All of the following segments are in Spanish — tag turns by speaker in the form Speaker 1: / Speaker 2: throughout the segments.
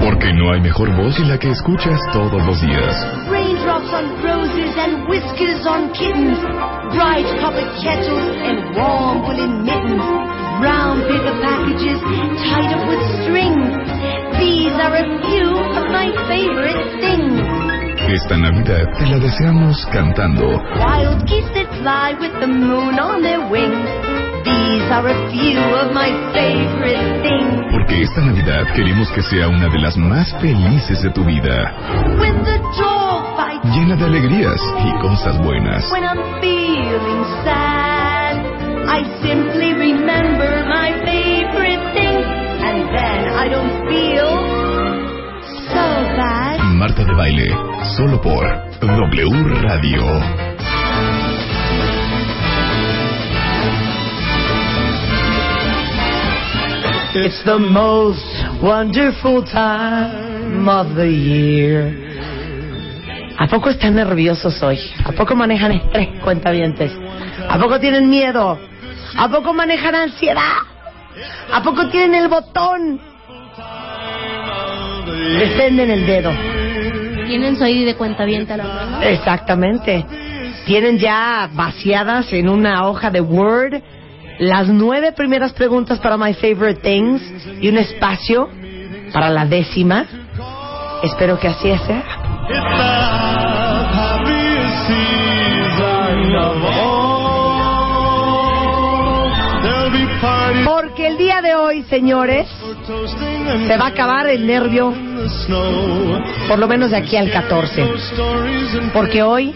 Speaker 1: Porque no hay mejor voz que la que escuchas todos los días.
Speaker 2: Raindrops on roses and whiskers on kittens. Bright copper kettles and warm woolen mittens. Round paper packages tied up with strings. These are a few of my favorite things.
Speaker 1: Esta Navidad te la deseamos cantando.
Speaker 2: Wild geese that fly with the moon on their wings. These are a few of my favorite things.
Speaker 1: Porque esta Navidad queremos que sea una de las más felices de tu vida.
Speaker 2: When the dog bites
Speaker 1: Llena de alegrías y cosas buenas.
Speaker 2: When I'm feeling sad, I simply remember my favorite thing, and then I don't feel so bad.
Speaker 1: Marta de Baile, solo por W Radio.
Speaker 3: It's the most wonderful time of the year.
Speaker 4: ¿A poco están nerviosos hoy? ¿A poco manejan estrés, cuentavientes? ¿A poco tienen miedo? ¿A poco manejan ansiedad? ¿A poco tienen el botón? Descenden el dedo.
Speaker 5: Tienen su ID de cuenta bien a la mano.
Speaker 4: Exactamente. Tienen ya vaciadas en una hoja de Word las nueve primeras preguntas para My Favorite Things y un espacio para la décima. Espero que así sea. Porque el día de hoy, señores, se va a acabar el nervio, por lo menos de aquí al 14. Porque hoy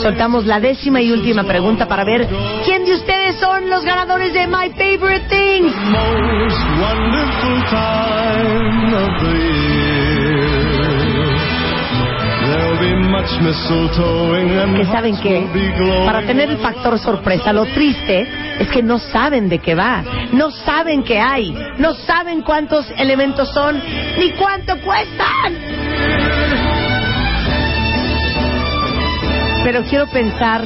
Speaker 4: soltamos la décima y última pregunta para ver quién de ustedes son los ganadores de My Favorite Things. Que saben que para tener el factor sorpresa, lo triste es que no saben de qué va, no saben qué hay, no saben cuántos elementos son ni cuánto cuestan. Pero quiero pensar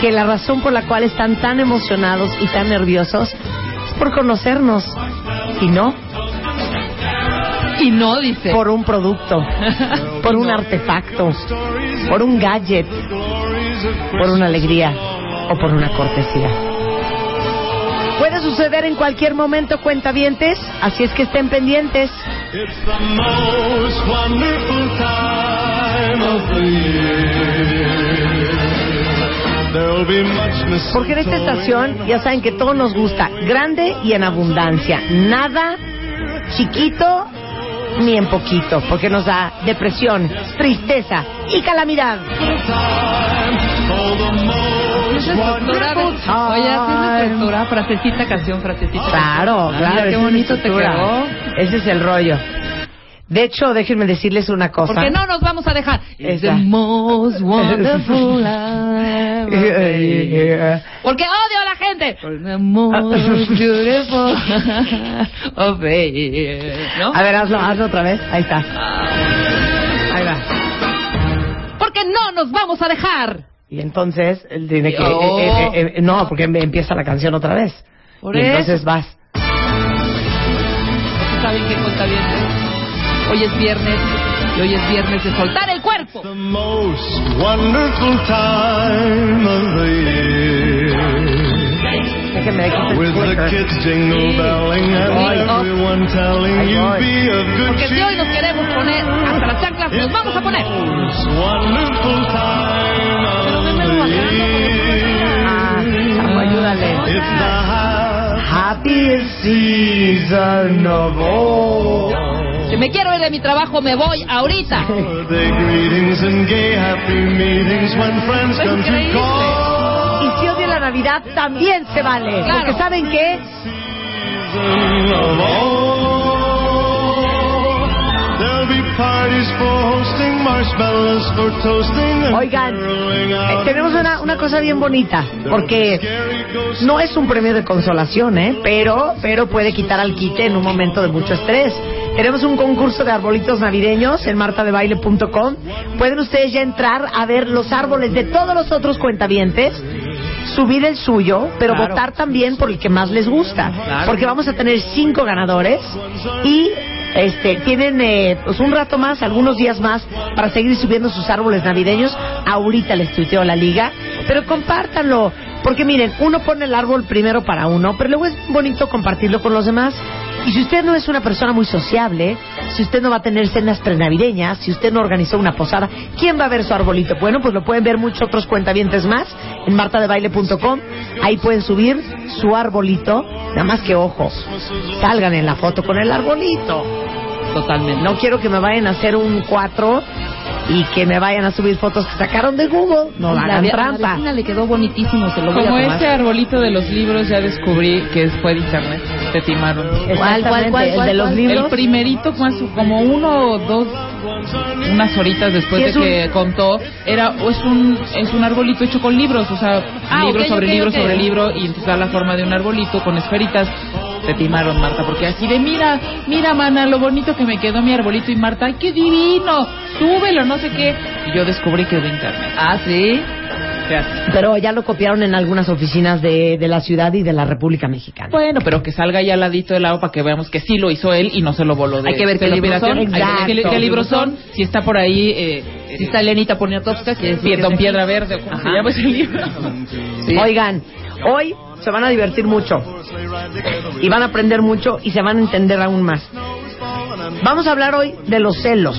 Speaker 4: que la razón por la cual están tan emocionados y tan nerviosos es por conocernos y no
Speaker 5: Y no, dice.
Speaker 4: por un producto, por un artefacto, por un gadget, por una alegría o por una cortesía. Puede suceder en cualquier momento, cuentavientes, así es que estén pendientes. Porque en esta estación ya saben que todo nos gusta, grande y en abundancia, nada chiquito ni en poquito, porque nos da depresión, tristeza y calamidad.
Speaker 5: Estructura de- Oye, haces estructura, frasecita, canción, frasecita.
Speaker 4: Claro, claro,
Speaker 5: canción. Mira,
Speaker 4: esa
Speaker 5: qué
Speaker 4: es
Speaker 5: bonito
Speaker 4: mi
Speaker 5: te
Speaker 4: cultura.
Speaker 5: quedó.
Speaker 4: Ese es el rollo. De hecho, déjenme decirles una cosa.
Speaker 5: Porque no nos vamos a dejar. It's
Speaker 4: Esa.
Speaker 5: the most wonderful I've ever been. Porque odio a la gente. It's the most beautiful of the year. ¿No? Ah.
Speaker 4: A ver, hazlo, hazlo otra vez. Ahí está. Ahí va.
Speaker 5: Porque no nos vamos a dejar.
Speaker 4: Y entonces él tiene que.
Speaker 5: Oh.
Speaker 4: eh, eh, eh, eh, no, porque em- empieza la canción otra vez.
Speaker 5: Por
Speaker 4: y
Speaker 5: eso.
Speaker 4: entonces vas.
Speaker 5: ¿Saben qué cuenta bien? eh? Hoy es viernes y hoy es viernes de soltar el cuerpo.
Speaker 6: The most wonderful time of the year.
Speaker 4: Déjenme quitar
Speaker 6: With the
Speaker 4: el
Speaker 6: kids jingle belling and
Speaker 5: Ay, oh.
Speaker 6: everyone telling
Speaker 4: Ay,
Speaker 6: you
Speaker 4: ay.
Speaker 6: be of good
Speaker 5: Porque si
Speaker 6: cheer.
Speaker 5: hoy nos queremos poner hasta las chanclas, nos vamos a poner.
Speaker 6: Most wonderful time of the
Speaker 4: Ah,
Speaker 6: year.
Speaker 4: Samu, ayúdale.
Speaker 6: It's the happiest
Speaker 4: Happy
Speaker 6: season of all.
Speaker 5: Si me quiero ir de mi trabajo, me voy ahorita.
Speaker 6: Birthday greetings and gay happy meetings when friends
Speaker 5: Es
Speaker 6: come to
Speaker 5: increíble.
Speaker 6: call.
Speaker 4: Y si odia la Navidad, también se vale.
Speaker 5: Claro.
Speaker 4: Porque ¿saben qué?
Speaker 6: Season of all.
Speaker 7: Mondays for hosting, marshmallows for toasting. and
Speaker 8: Oigan,
Speaker 7: caroling
Speaker 8: eh,
Speaker 7: out
Speaker 8: tenemos una, una cosa bien bonita, porque no es un premio de consolación, ¿eh? Pero, pero puede quitar al quite en un momento de mucho estrés. Tenemos un concurso de arbolitos navideños en martadebaile.com. Pueden ustedes ya entrar a ver los árboles de todos los otros cuentavientes, subir el suyo, pero
Speaker 9: Claro.
Speaker 8: votar también por el que más les gusta. Porque vamos a tener cinco ganadores y este, tienen eh, pues un rato más, algunos días más, para seguir subiendo sus árboles navideños. Ahorita les tuiteo la liga, pero compártanlo. Porque miren, uno pone el árbol primero para uno, pero luego es bonito compartirlo con los demás. Y si usted no es una persona muy sociable, si usted no va a tener cenas prenavideñas, si usted no organizó una posada, ¿quién va a ver su arbolito? Bueno, pues lo pueden ver muchos otros cuentavientes más en martadebaile.com. Ahí pueden subir su arbolito. Nada más que ojo, salgan en la foto con el arbolito.
Speaker 9: Totalmente.
Speaker 8: No quiero que me vayan a hacer un 4 y que me vayan a subir fotos que sacaron de Google. No
Speaker 9: La
Speaker 8: hagan
Speaker 9: vi- A
Speaker 8: trampa.
Speaker 9: Valentina le quedó bonitísimo, se lo voy
Speaker 5: Como
Speaker 9: a tomar.
Speaker 5: ese arbolito de los libros ya descubrí que fue de internet, te timaron.
Speaker 8: ¿Cuál, cuál, cuál,
Speaker 9: Exactamente,
Speaker 8: cuál,
Speaker 9: el de los
Speaker 8: cuál?
Speaker 9: libros.
Speaker 5: El primerito fue hace como uno o dos, unas horitas después
Speaker 8: Sí,
Speaker 5: de
Speaker 8: es un-
Speaker 5: que contó, era o es un es un arbolito hecho con libros, o sea,
Speaker 9: Ah,
Speaker 5: libro
Speaker 9: ok,
Speaker 5: sobre
Speaker 9: ok,
Speaker 5: libro
Speaker 9: ok.
Speaker 5: sobre libro y entonces da la forma de un arbolito con esferitas. Te timaron, Marta, porque así de mira, mira, mana, lo bonito que me quedó mi arbolito y Marta, ¡ay, qué divino! Súbelo, no sé qué. Y yo descubrí que es de internet.
Speaker 9: Ah, sí.
Speaker 5: ¿Qué haces?
Speaker 8: Pero ya lo copiaron en algunas oficinas de, de la ciudad y de la República Mexicana.
Speaker 5: Bueno, pero que salga ya al ladito del agua para que veamos que sí lo hizo él y no se lo voló de
Speaker 9: Hay que ver
Speaker 5: de
Speaker 9: qué libros
Speaker 5: liberación.
Speaker 8: son.
Speaker 5: Hay que ver qué,
Speaker 8: Exacto.
Speaker 5: qué libros son. Si está por ahí... Eh,
Speaker 9: Si está Elenita Poniatowska, que es...
Speaker 5: Pie- Don Piedra Verde, ¿cómo se
Speaker 9: Ajá.
Speaker 5: llama ese libro?
Speaker 9: Sí.
Speaker 8: Oigan, hoy se van a divertir mucho y van a aprender mucho y se van a entender aún más. Vamos a hablar hoy de los celos.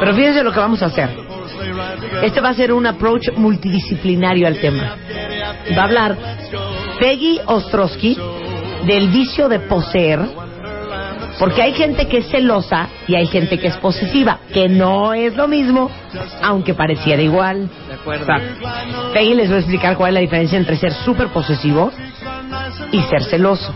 Speaker 8: Pero fíjense lo que vamos a hacer. Este va a ser un approach multidisciplinario al tema. Va a hablar Peggy Ostrowski del vicio de poseer, porque hay gente que es celosa y hay gente que es posesiva, que no es lo mismo, aunque pareciera igual.
Speaker 5: De acuerdo.
Speaker 8: Peggy les voy a explicar cuál es la diferencia entre ser súper posesivo y ser celoso.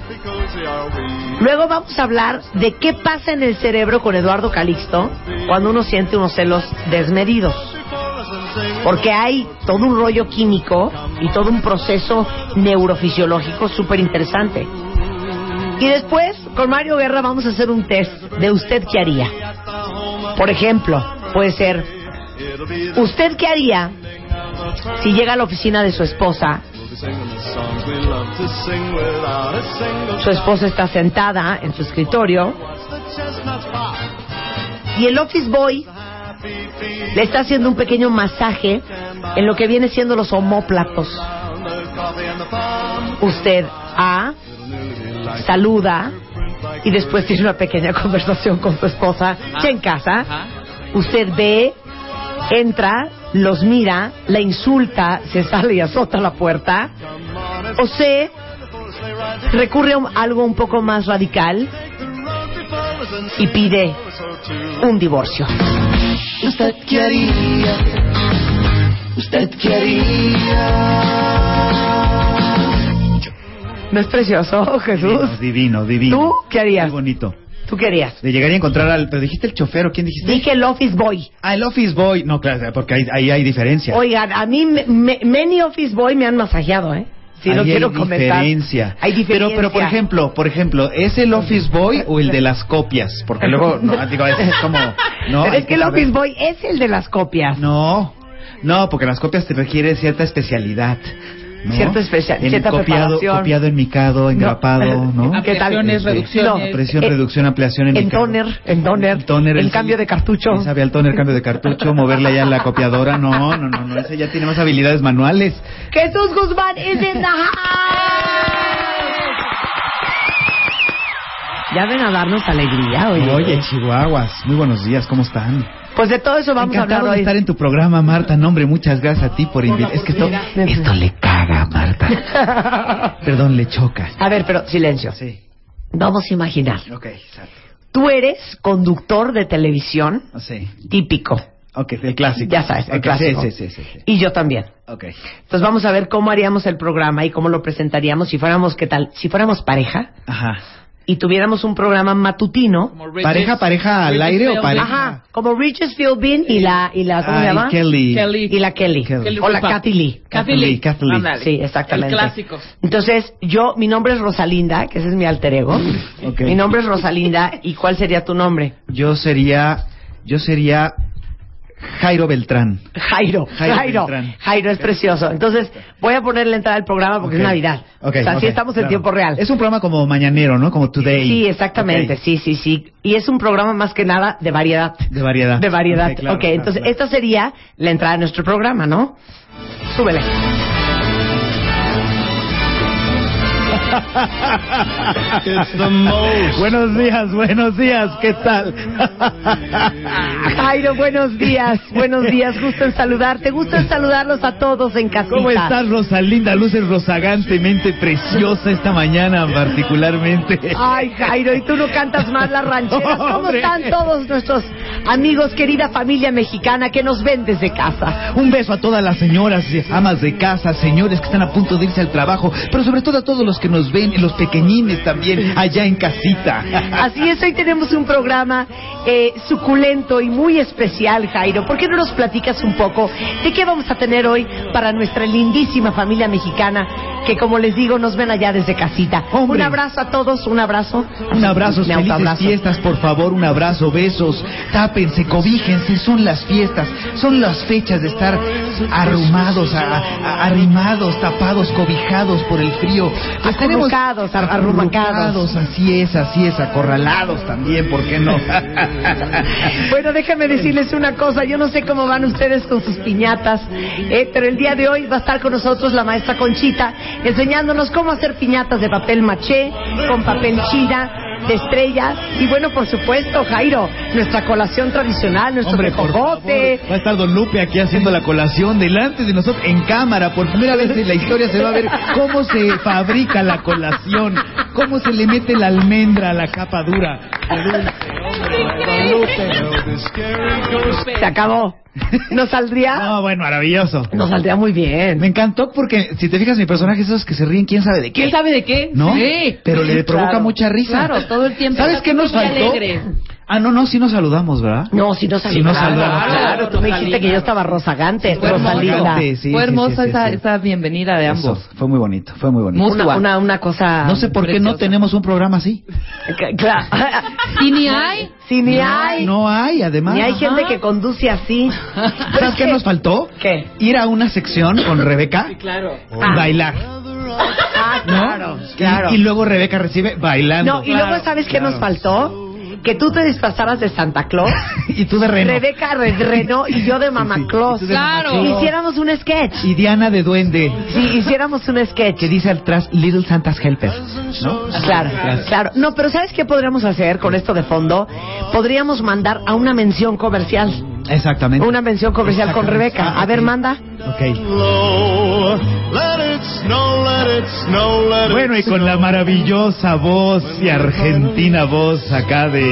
Speaker 8: Luego vamos a hablar de qué pasa en el cerebro con Eduardo Calixto cuando uno siente unos celos desmedidos. Porque hay todo un rollo químico y todo un proceso neurofisiológico súper interesante. Y después, con Mario Guerra, vamos a hacer un test de usted qué haría. Por ejemplo, puede ser, ¿usted qué haría si llega a la oficina de su esposa, su esposa está sentada en su escritorio y el office boy le está haciendo un pequeño masaje en lo que viene siendo los homóplatos. Usted A saluda y después tiene una pequeña conversación con su esposa ya en casa. Usted ve, entra, los mira, la insulta, se sale y azota la puerta. O C, recurre a un- algo un poco más radical y pide un divorcio.
Speaker 4: Usted quería, usted
Speaker 8: ¿No es precioso, Jesús?
Speaker 6: Divino, divino.
Speaker 8: ¿Tú qué harías?
Speaker 6: Muy bonito.
Speaker 8: ¿Tú querías?
Speaker 6: De llegar y encontrar al... Pero dijiste el chofer, ¿o quién dijiste?
Speaker 8: Dije el office boy.
Speaker 6: Ah, el office boy. No, claro, porque ahí, ahí hay diferencia.
Speaker 8: Oigan, a mí, me- me- many office boy me han masajeado, ¿eh? Si
Speaker 6: Ahí
Speaker 8: no
Speaker 6: hay
Speaker 8: quiero comentar.
Speaker 6: diferencia.
Speaker 8: Hay diferencia.
Speaker 6: Pero, pero por ejemplo, por ejemplo, ¿es el office boy o el de las copias? Porque luego, no, digo, es, es como... No,
Speaker 8: Pero
Speaker 6: hay
Speaker 8: es que el
Speaker 6: saber.
Speaker 8: office boy es el de las copias.
Speaker 6: No, no, porque las copias te requieren cierta especialidad. ¿no?
Speaker 8: Cierta especia-
Speaker 6: En
Speaker 8: cierta
Speaker 6: copiado,
Speaker 8: preparación.
Speaker 6: copiado, enmicado, engrapado, ¿no?
Speaker 8: ¿Qué tal?
Speaker 5: Ampliaciones,
Speaker 6: Este,
Speaker 5: reducciones.
Speaker 8: No.
Speaker 6: Presión,
Speaker 8: Eh,
Speaker 6: reducción, ampliación,
Speaker 8: en
Speaker 6: enmicado.
Speaker 8: toner, en toner,
Speaker 6: toner,
Speaker 8: en
Speaker 6: sí.
Speaker 8: cambio de cartucho.
Speaker 6: Sí sabe al toner, cambio de cartucho, moverle allá en la copiadora. No, no, no, no, ese ya tiene más habilidades manuales.
Speaker 8: Jesús Guzmán is in the house. Ya ven a darnos alegría, Ah, oye.
Speaker 6: Oye, Chihuahuas, muy buenos días, ¿cómo están?
Speaker 8: Pues de todo eso vamos a hablar
Speaker 6: Encantado de
Speaker 8: hoy.
Speaker 6: estar en tu programa, Marta. No, hombre, muchas gracias a ti por invitar. Es que esto, esto le caga a Marta. Perdón, le choca.
Speaker 8: A ver, pero silencio.
Speaker 6: Sí,
Speaker 8: Vamos a imaginar.
Speaker 6: ok, exacto.
Speaker 8: Tú eres conductor de televisión
Speaker 6: Sí.
Speaker 8: típico.
Speaker 6: Ok, el clásico.
Speaker 8: Ya sabes, el
Speaker 6: Ok,
Speaker 8: clásico.
Speaker 6: Sí, sí, sí, sí, sí.
Speaker 8: Y yo también.
Speaker 6: Ok.
Speaker 8: Entonces vamos a ver cómo haríamos el programa y cómo lo presentaríamos si fuéramos, ¿qué tal? Si fuéramos pareja,
Speaker 6: Ajá.
Speaker 8: y tuviéramos un programa matutino.
Speaker 5: ¿Pareja, pareja al aire o pareja?
Speaker 8: Ajá, como Regis Philbin y la, y la ¿cómo
Speaker 5: Ay,
Speaker 8: se llama?
Speaker 5: Kelly.
Speaker 4: Kelly.
Speaker 8: Y la Kelly.
Speaker 4: Kelly
Speaker 8: O la
Speaker 4: Rupa.
Speaker 8: Katy Lee.
Speaker 4: Katy Lee.
Speaker 5: Katy Lee.
Speaker 4: Ándale.
Speaker 8: Sí, exactamente.
Speaker 4: El clásico.
Speaker 8: Entonces, yo, mi nombre es Rosalinda, que ese es mi alter ego.
Speaker 5: Ok.
Speaker 8: Mi nombre es Rosalinda, ¿y cuál sería tu nombre?
Speaker 5: Yo sería, yo sería Jairo Beltrán.
Speaker 8: Jairo.
Speaker 5: Jairo
Speaker 8: Jairo.
Speaker 5: Beltrán.
Speaker 8: Jairo es precioso. Entonces, voy a poner la entrada al programa porque es
Speaker 5: Ok.
Speaker 8: Navidad.
Speaker 5: Ok,
Speaker 8: o sea, sí
Speaker 5: ok,
Speaker 8: estamos en
Speaker 5: claro.
Speaker 8: tiempo real.
Speaker 5: Es un programa como mañanero, ¿no? Como Today.
Speaker 8: Sí, exactamente,
Speaker 5: Ok.
Speaker 8: sí, sí, sí. Y es un programa más que nada de variedad.
Speaker 5: De variedad.
Speaker 8: De variedad. Ok,
Speaker 5: Ok, claro, claro,
Speaker 8: entonces
Speaker 5: claro.
Speaker 8: esta sería la entrada a nuestro programa, ¿no? Súbele.
Speaker 10: It's the most.
Speaker 5: Buenos días, buenos días, ¿qué tal?
Speaker 8: Jairo, buenos días, buenos días, gusto en saludarte, gusto en saludarlos a todos en casita.
Speaker 5: ¿Cómo estás, Rosalinda? Luces rozagantemente preciosa esta mañana, particularmente.
Speaker 8: Ay, Jairo, y tú no cantas más las rancheras. ¿Cómo
Speaker 5: Hombre.
Speaker 8: están todos nuestros amigos, querida familia mexicana que nos ven desde casa?
Speaker 5: Un beso a todas las señoras, eh, amas de casa, señores que están a punto de irse al trabajo, pero sobre todo a todos los que nos ven, y los pequeñines también, allá en casita.
Speaker 8: Así es, hoy tenemos un programa eh, suculento y muy especial, Jairo. ¿Por qué no nos platicas un poco de qué vamos a tener hoy para nuestra lindísima familia mexicana que, como les digo, nos ven allá desde casita?
Speaker 5: Hombre.
Speaker 8: Un abrazo a todos, un abrazo.
Speaker 5: Un abrazo,
Speaker 8: Me
Speaker 5: felices
Speaker 8: autoabrazo.
Speaker 5: fiestas, por favor, un abrazo, besos, tápense, cobíjense, son las fiestas, son las fechas de estar arrumados, a- a- arrimados, tapados, cobijados por el frío. Estaremos-
Speaker 8: Acurrucados, ar- arrumacados.
Speaker 5: Arrumacados, así es, así es, acorralados también, ¿por qué no?
Speaker 8: Bueno, déjame decirles una cosa. Yo no sé cómo van ustedes con sus piñatas, eh, pero el día de hoy va a estar con nosotros la maestra Conchita enseñándonos cómo hacer piñatas de papel maché, con papel china, de estrellas y bueno, por supuesto, Jairo, nuestra colación tradicional, nuestro
Speaker 5: Hombre, por
Speaker 8: tejocote.
Speaker 5: favor, va a estar Don Lupe aquí haciendo la colación delante de nosotros en cámara. Por primera vez en la historia se va a ver cómo se fabrica la colación, cómo se le mete la almendra a la capa dura. Don Lupe.
Speaker 8: Se acabó. ¿No saldría?
Speaker 5: No, bueno, maravilloso.
Speaker 8: Nos saldría muy
Speaker 5: Me
Speaker 8: bien.
Speaker 5: encantó porque, si te fijas, mi personaje es esos que se ríen, quién sabe de
Speaker 4: ¿Quién
Speaker 5: qué.
Speaker 4: sabe de qué?
Speaker 5: ¿No?
Speaker 4: Sí.
Speaker 5: Pero le provoca
Speaker 8: Claro,
Speaker 5: mucha risa.
Speaker 6: claro, todo el tiempo
Speaker 5: ¿Sabes
Speaker 6: está
Speaker 5: qué nos
Speaker 6: muy
Speaker 5: faltó?
Speaker 6: alegre.
Speaker 5: Ah, no, no, sí nos saludamos, ¿verdad?
Speaker 8: No, si no
Speaker 5: Si no
Speaker 8: saldría.
Speaker 5: saldrá.
Speaker 8: claro, tú me dijiste que yo estaba rozagante,
Speaker 5: Fue hermoso.
Speaker 8: Rosalinda.
Speaker 5: Sí, sí,
Speaker 6: Fue
Speaker 5: sí,
Speaker 6: hermosa
Speaker 5: sí,
Speaker 6: esa,
Speaker 5: sí.
Speaker 6: esa bienvenida de
Speaker 5: Eso,
Speaker 6: ambos.
Speaker 5: Fue muy bonito, fue muy bonito.
Speaker 8: Una, una, una cosa.
Speaker 5: No sé por qué no
Speaker 6: Preciosa.
Speaker 5: tenemos un programa así.
Speaker 8: C- Claro.
Speaker 6: ¿Y ni hay?
Speaker 8: Si ni hay,
Speaker 5: No hay, además.
Speaker 8: ni hay
Speaker 5: Ajá.
Speaker 8: gente que conduce así. Pero
Speaker 5: ¿Sabes
Speaker 8: es
Speaker 5: qué
Speaker 8: que-
Speaker 5: nos faltó?
Speaker 8: ¿Qué?
Speaker 5: Ir a una sección con Rebeca
Speaker 4: Claro.
Speaker 5: y bailar.
Speaker 8: Ah,
Speaker 5: ¿no?
Speaker 8: claro,
Speaker 5: Y-
Speaker 8: claro.
Speaker 5: Y, luego Rebeca recibe bailando.
Speaker 8: no, y luego, ¿sabes qué nos faltó? Que tú te disfrazaras de Santa Claus.
Speaker 5: Y tú de reno.
Speaker 8: Rebeca de Reno y yo de Mamá
Speaker 5: Sí, sí.
Speaker 8: Claus.
Speaker 5: Y tú de Mamá
Speaker 6: Claro.
Speaker 5: Claus.
Speaker 8: Hiciéramos un sketch.
Speaker 5: Y Diana de Duende.
Speaker 8: Si hiciéramos un sketch.
Speaker 5: Que dice atrás Little Santa's Helper. ¿No?
Speaker 8: Claro,
Speaker 10: Ah,
Speaker 8: claro. No, pero ¿sabes qué podríamos hacer con esto de fondo? Podríamos mandar a una mención comercial.
Speaker 5: Exactamente.
Speaker 8: Una mención comercial con
Speaker 5: Exactamente.
Speaker 8: Rebeca.
Speaker 5: Ah,
Speaker 8: A ver,
Speaker 5: ok.
Speaker 8: manda.
Speaker 5: Ok.
Speaker 10: Low. Let it snow, let it snow, let
Speaker 5: Bueno, y
Speaker 10: it
Speaker 5: con la maravillosa voz y argentina voz acá de,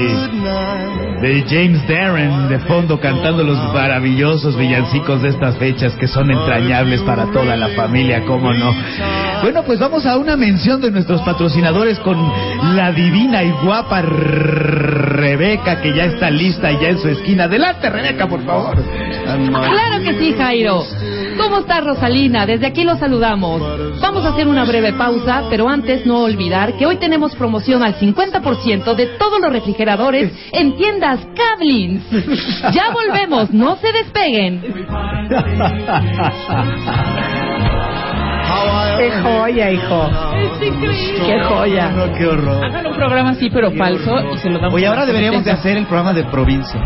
Speaker 5: de James Darren de fondo cantando los maravillosos villancicos de estas fechas que son entrañables para toda la familia, cómo no. Bueno, pues vamos a una mención de nuestros patrocinadores con la divina y guapa Rebeca que ya está lista y ya en su esquina. Adelante, Rebeca, por favor.
Speaker 6: Claro que sí, Jairo. ¿Cómo estás, Rosalina? Desde aquí los saludamos. Vamos a hacer una breve pausa, pero antes no olvidar que hoy tenemos promoción al 50% de todos los refrigeradores en tiendas Cablins. Ya volvemos, no se despeguen.
Speaker 8: Qué joya, hijo.
Speaker 6: Es increíble.
Speaker 8: Qué joya.
Speaker 5: No, qué horror.
Speaker 4: Hagan un programa así, pero falso, y se lo damos.
Speaker 5: Oye,
Speaker 4: a
Speaker 5: ahora
Speaker 4: la
Speaker 5: deberíamos de
Speaker 4: competencia.
Speaker 5: hacer el programa de provincia.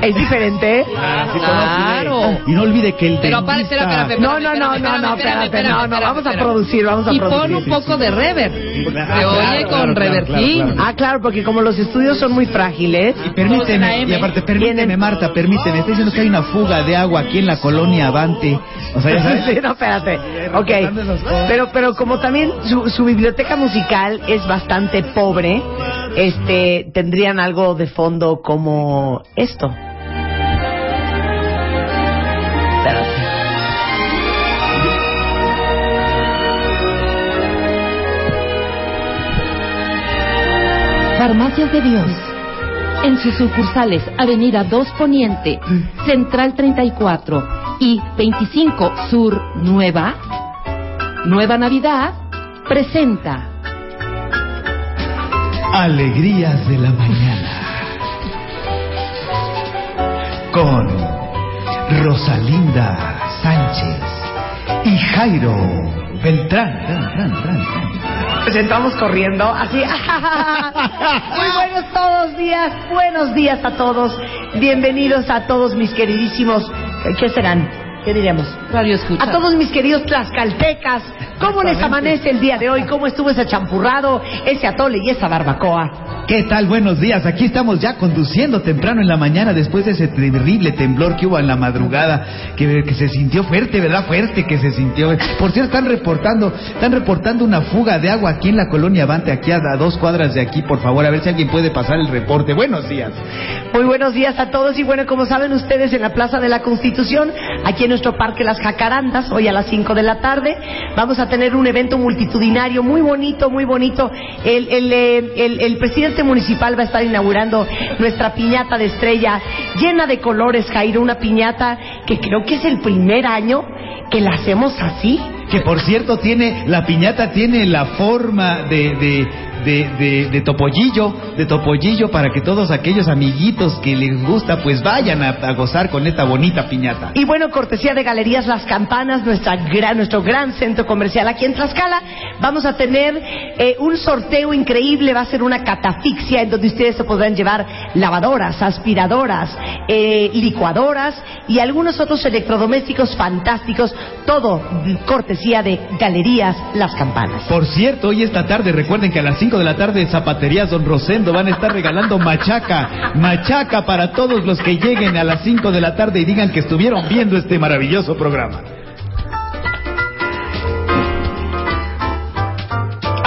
Speaker 8: ¿Es diferente?
Speaker 10: Ah,
Speaker 6: Claro.
Speaker 5: Ah, Y no olvide que el
Speaker 6: Pero aparte,
Speaker 5: dentista-
Speaker 6: espérame, espérame,
Speaker 8: No, no, no, no, no,
Speaker 6: espérame, espérame,
Speaker 8: espérate,
Speaker 6: espérame,
Speaker 8: no, no,
Speaker 6: espérame,
Speaker 8: vamos a
Speaker 6: espérame.
Speaker 8: producir, vamos a
Speaker 6: Y pon un
Speaker 8: producir.
Speaker 6: poco de rever.
Speaker 5: Ah,
Speaker 6: Se
Speaker 5: claro,
Speaker 6: oye con
Speaker 5: claro, claro,
Speaker 6: revertín.
Speaker 5: claro, claro.
Speaker 8: Ah, claro, porque como los estudios son muy frágiles,
Speaker 5: Y permíteme, y aparte, permíteme, Marta, permíteme. Está diciendo que hay una fuga de agua aquí en la colonia Avante. O sea, ya
Speaker 8: Sí,
Speaker 5: sabes.
Speaker 8: no, espérate.
Speaker 5: Recortando esas
Speaker 8: Ok.
Speaker 5: cosas.
Speaker 8: Pero, pero como también su, su biblioteca musical es bastante pobre, este, tendrían algo de fondo como esto. Espérate. Farmacias de Dios. En sus sucursales Avenida 2 Poniente, Central 34 y 25 Sur Nueva, Nueva Navidad, presenta
Speaker 6: Alegrías de la mañana. Con Rosalinda Sánchez y Jairo Beltrán.
Speaker 4: Pues entramos corriendo, así. Muy buenos todos días, buenos días a todos. Bienvenidos a todos mis queridísimos, eh, ¿qué serán? ¿Qué diremos?
Speaker 11: Radio escucha.
Speaker 4: A todos mis queridos tlaxcaltecas, ¿cómo les amanece el día de hoy? ¿Cómo estuvo ese champurrado, ese atole y esa barbacoa?
Speaker 6: ¿Qué tal? Buenos días. Aquí estamos ya conduciendo temprano en la mañana después de ese terrible temblor que hubo en la madrugada, que, que se sintió fuerte, ¿verdad? Fuerte que se sintió. Por cierto, están reportando, están reportando una fuga de agua aquí en la colonia Avante, aquí a, a dos cuadras de aquí, por favor, a ver si alguien puede pasar el reporte. Buenos días.
Speaker 4: Muy buenos días a todos y bueno, como saben ustedes, en la Plaza de la Constitución, aquí en nuestro Parque Las Jacarandas, hoy a las 5 de la tarde, vamos a tener un evento multitudinario muy bonito, muy bonito. El, el, eh, el- el presidente municipal va a estar inaugurando nuestra piñata de estrella llena de colores, Jairo, una piñata que creo que es el primer año que la hacemos así.
Speaker 6: Que por cierto tiene, la piñata tiene la forma de, de, de, de, de topollillo, de topollillo para que todos aquellos amiguitos que les gusta pues vayan a, a gozar con esta bonita piñata.
Speaker 4: Y bueno, cortesía de Galerías Las Campanas, nuestra gran- nuestro gran centro comercial aquí en Tlaxcala, vamos a tener eh, un sorteo increíble, va a ser una catafixia en donde ustedes se podrán llevar lavadoras, aspiradoras, eh, licuadoras y algunos otros electrodomésticos fantásticos, todo mm, cortesía de Galerías Las Campanas.
Speaker 6: Por cierto, hoy esta tarde, recuerden que a las 5 de la tarde en Zapaterías Don Rosendo van a estar regalando machaca, machaca para todos los que lleguen a las 5 de la tarde y digan que estuvieron viendo este maravilloso programa.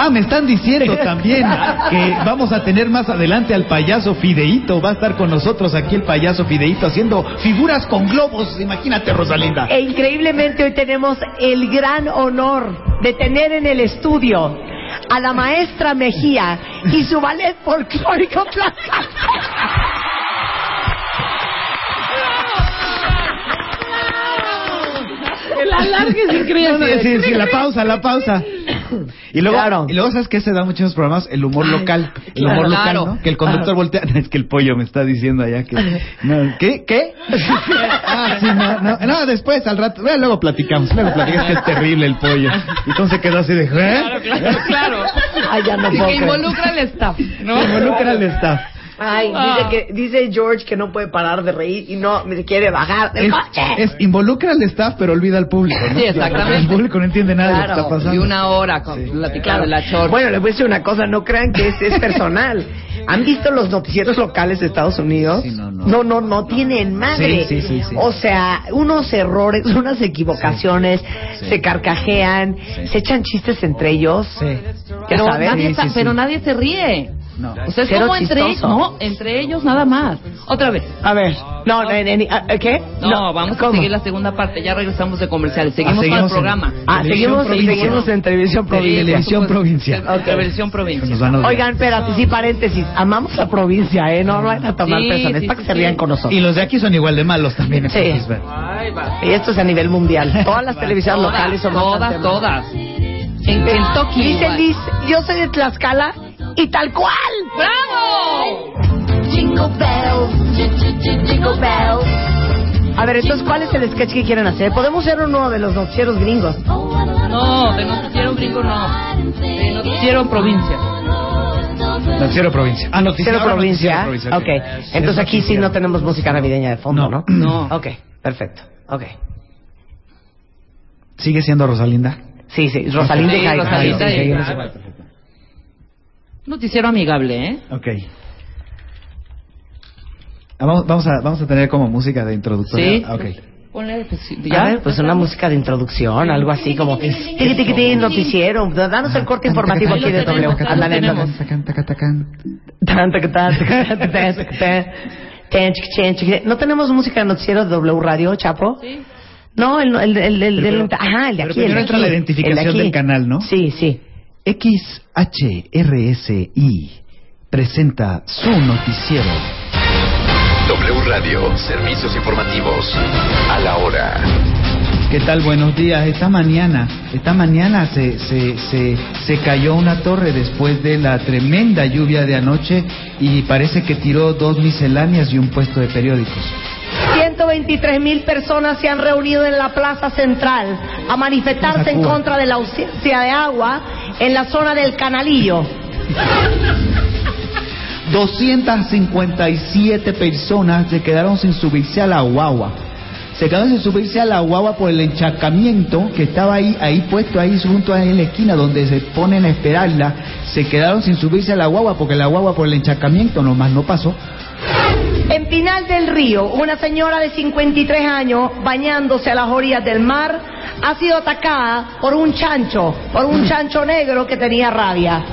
Speaker 6: Ah, me están diciendo también que vamos a tener más adelante al payaso Fideito. Va a estar con nosotros aquí el payaso Fideito haciendo figuras con globos. Imagínate, Rosalinda.
Speaker 4: E increíblemente hoy tenemos el gran honor de tener en el estudio a la maestra Mejía y su ballet folclórico Tlaxcala.
Speaker 11: El alargue es increíble.
Speaker 6: No, no, sí, sí, la pausa, la pausa. Y luego, y luego ¿sabes qué se da mucho en los programas? El humor local. El humor local,
Speaker 11: claro.
Speaker 6: ¿no? Que el conductor voltea. Es que el pollo me está diciendo allá que... no, ¿Qué? ¿Qué? ah, sí, no, no. No, después, al rato. Bueno, luego platicamos. Luego platicamos que es terrible el pollo. Y entonces se quedó así de... ¿eh?
Speaker 11: Claro, claro, claro.
Speaker 4: Ay, ya no
Speaker 11: Y
Speaker 4: puedo
Speaker 11: que
Speaker 4: creer.
Speaker 11: involucra al staff, ¿no?
Speaker 6: Se Involucra al staff.
Speaker 4: Ay,
Speaker 11: Ah.
Speaker 4: dice, que, dice George que no puede parar de reír y no me quiere bajar del
Speaker 6: Es,
Speaker 4: coche.
Speaker 6: es involucra al staff, pero olvida al público. ¿no?
Speaker 11: Sí, exactamente.
Speaker 6: El público no entiende nada de lo que está
Speaker 11: Claro, y
Speaker 6: pasando.
Speaker 11: una hora con, platicando de la chorcha.
Speaker 4: Bueno, les voy a decir una cosa, no crean que es, es personal. ¿Han visto los noticieros locales de Estados Unidos?
Speaker 6: Sí, no, no.
Speaker 4: no, no, no tienen madre.
Speaker 6: Sí, sí, sí, sí.
Speaker 4: O sea, unos errores, unas equivocaciones,
Speaker 6: Sí, sí.
Speaker 4: se carcajean,
Speaker 6: Sí.
Speaker 4: se echan chistes entre ellos.
Speaker 6: Sí.
Speaker 4: Ya
Speaker 5: Pero,
Speaker 4: sabes.
Speaker 5: nadie,
Speaker 6: Sí,
Speaker 5: sa-
Speaker 6: sí, sí.
Speaker 5: pero nadie se ríe.
Speaker 6: No.
Speaker 5: O sea, es
Speaker 4: Cero
Speaker 5: como entre ellos,
Speaker 4: chistoso.
Speaker 5: no, entre ellos nada más. Otra vez.
Speaker 4: A ver, no, no, no, no, ¿qué?
Speaker 5: No, vamos
Speaker 4: ¿cómo?
Speaker 5: a seguir la segunda parte. Ya regresamos de comerciales. Seguimos,
Speaker 6: Ah,
Speaker 5: con el programa.
Speaker 6: en
Speaker 4: Ah,
Speaker 6: Televisión
Speaker 4: seguimos,
Speaker 6: Provincia.
Speaker 4: seguimos en televisión provincial.
Speaker 6: Televisión provincial.
Speaker 5: Ok. Televisión
Speaker 6: Nos
Speaker 5: provincial.
Speaker 6: van a odiar.
Speaker 4: Oigan, espérate, sí, paréntesis. Amamos la provincia, ¿eh? No, no van a tomar
Speaker 5: Sí,
Speaker 4: personas,
Speaker 5: sí,
Speaker 4: para que
Speaker 5: sí,
Speaker 4: se
Speaker 5: sí.
Speaker 4: rían con nosotros.
Speaker 6: Y los de aquí son igual de malos también.
Speaker 4: Sí.
Speaker 6: entonces, bueno.
Speaker 4: Y esto es a nivel mundial. Todas las televisiones
Speaker 5: Todas,
Speaker 4: locales son bastante
Speaker 5: todas,
Speaker 4: malas.
Speaker 5: todas. En Kentucky.
Speaker 4: Dice
Speaker 5: igual.
Speaker 4: Liz, yo soy de Tlaxcala y tal cual.
Speaker 5: ¡Bravo!
Speaker 9: Jingle bells, j- j- j- jingle bells.
Speaker 4: A ver, entonces, ¿cuál es el sketch que quieren hacer? Podemos ser uno de los noticieros gringos.
Speaker 9: Oh, I love
Speaker 5: No, de Noticiero Gringo no. De Noticiero Provincia.
Speaker 6: Noticiero provincia. Ah, noticiero,
Speaker 4: Cero
Speaker 6: ahora
Speaker 4: provincia.
Speaker 6: noticiero
Speaker 4: Ok. Entonces aquí sí no tenemos música navideña de fondo, ¿no?
Speaker 6: No.
Speaker 5: No.
Speaker 4: Ok, perfecto. Ok.
Speaker 6: Sigue siendo Rosalinda.
Speaker 4: Sí, sí, Rosalinda y
Speaker 5: Sí,
Speaker 4: Jairo.
Speaker 5: Rosalinda
Speaker 4: Sí, sí,
Speaker 5: y
Speaker 4: sí,
Speaker 5: Jairo.
Speaker 4: sí.
Speaker 5: Noticiero amigable, ¿eh?
Speaker 6: Ok. Ah, vamos, vamos, a, vamos a tener como música de introductoria.
Speaker 5: Sí.
Speaker 6: Ah, Ok.
Speaker 5: Ponle, pues, sí,
Speaker 4: A
Speaker 5: ya.
Speaker 4: ver, pues una música de introducción, algo así como tiqui tiqui tiqui, noticiero. Danos el corte informativo aquí de W.
Speaker 5: ahí lo
Speaker 4: Habla lento.
Speaker 5: tenemos.
Speaker 6: Tacán, tacán, tacán.
Speaker 4: Tan, tac, tan, tac, tan, tac, tan. Ten, chiqui, chen, chiqui. ¿No tenemos música de noticiero de W Radio, Chapo?
Speaker 5: Sí.
Speaker 4: No, el, el, el, el,
Speaker 6: Pero-
Speaker 4: el- ajá, el de
Speaker 6: pero
Speaker 4: aquí. el de
Speaker 6: primero entra
Speaker 4: aquí,
Speaker 6: la
Speaker 4: el de
Speaker 6: identificación
Speaker 4: aquí.
Speaker 6: del canal, ¿no?
Speaker 4: Sí, sí.
Speaker 6: XHRSI presenta su noticiero.
Speaker 1: W Radio, servicios informativos. A la hora.
Speaker 6: ¿Qué tal? Buenos días. Esta mañana, esta mañana se, se, se, se cayó una torre después de la tremenda lluvia de anoche y parece que tiró dos misceláneas y un puesto de periódicos.
Speaker 4: 123 mil personas se han reunido en la Plaza Central a manifestarse en contra de la ausencia de agua en la zona del Canalillo.
Speaker 6: 257 personas se quedaron sin subirse a la guagua. Se quedaron sin subirse a la guagua por el encharcamiento que estaba ahí, ahí puesto, ahí junto a en la esquina donde se ponen a esperarla. Se quedaron sin subirse a la guagua porque la guagua por el encharcamiento nomás no pasó.
Speaker 4: En Pinal del Río, una señora de 53 años bañándose a las orillas del mar ha sido atacada por un chancho, por un chancho negro que tenía rabia.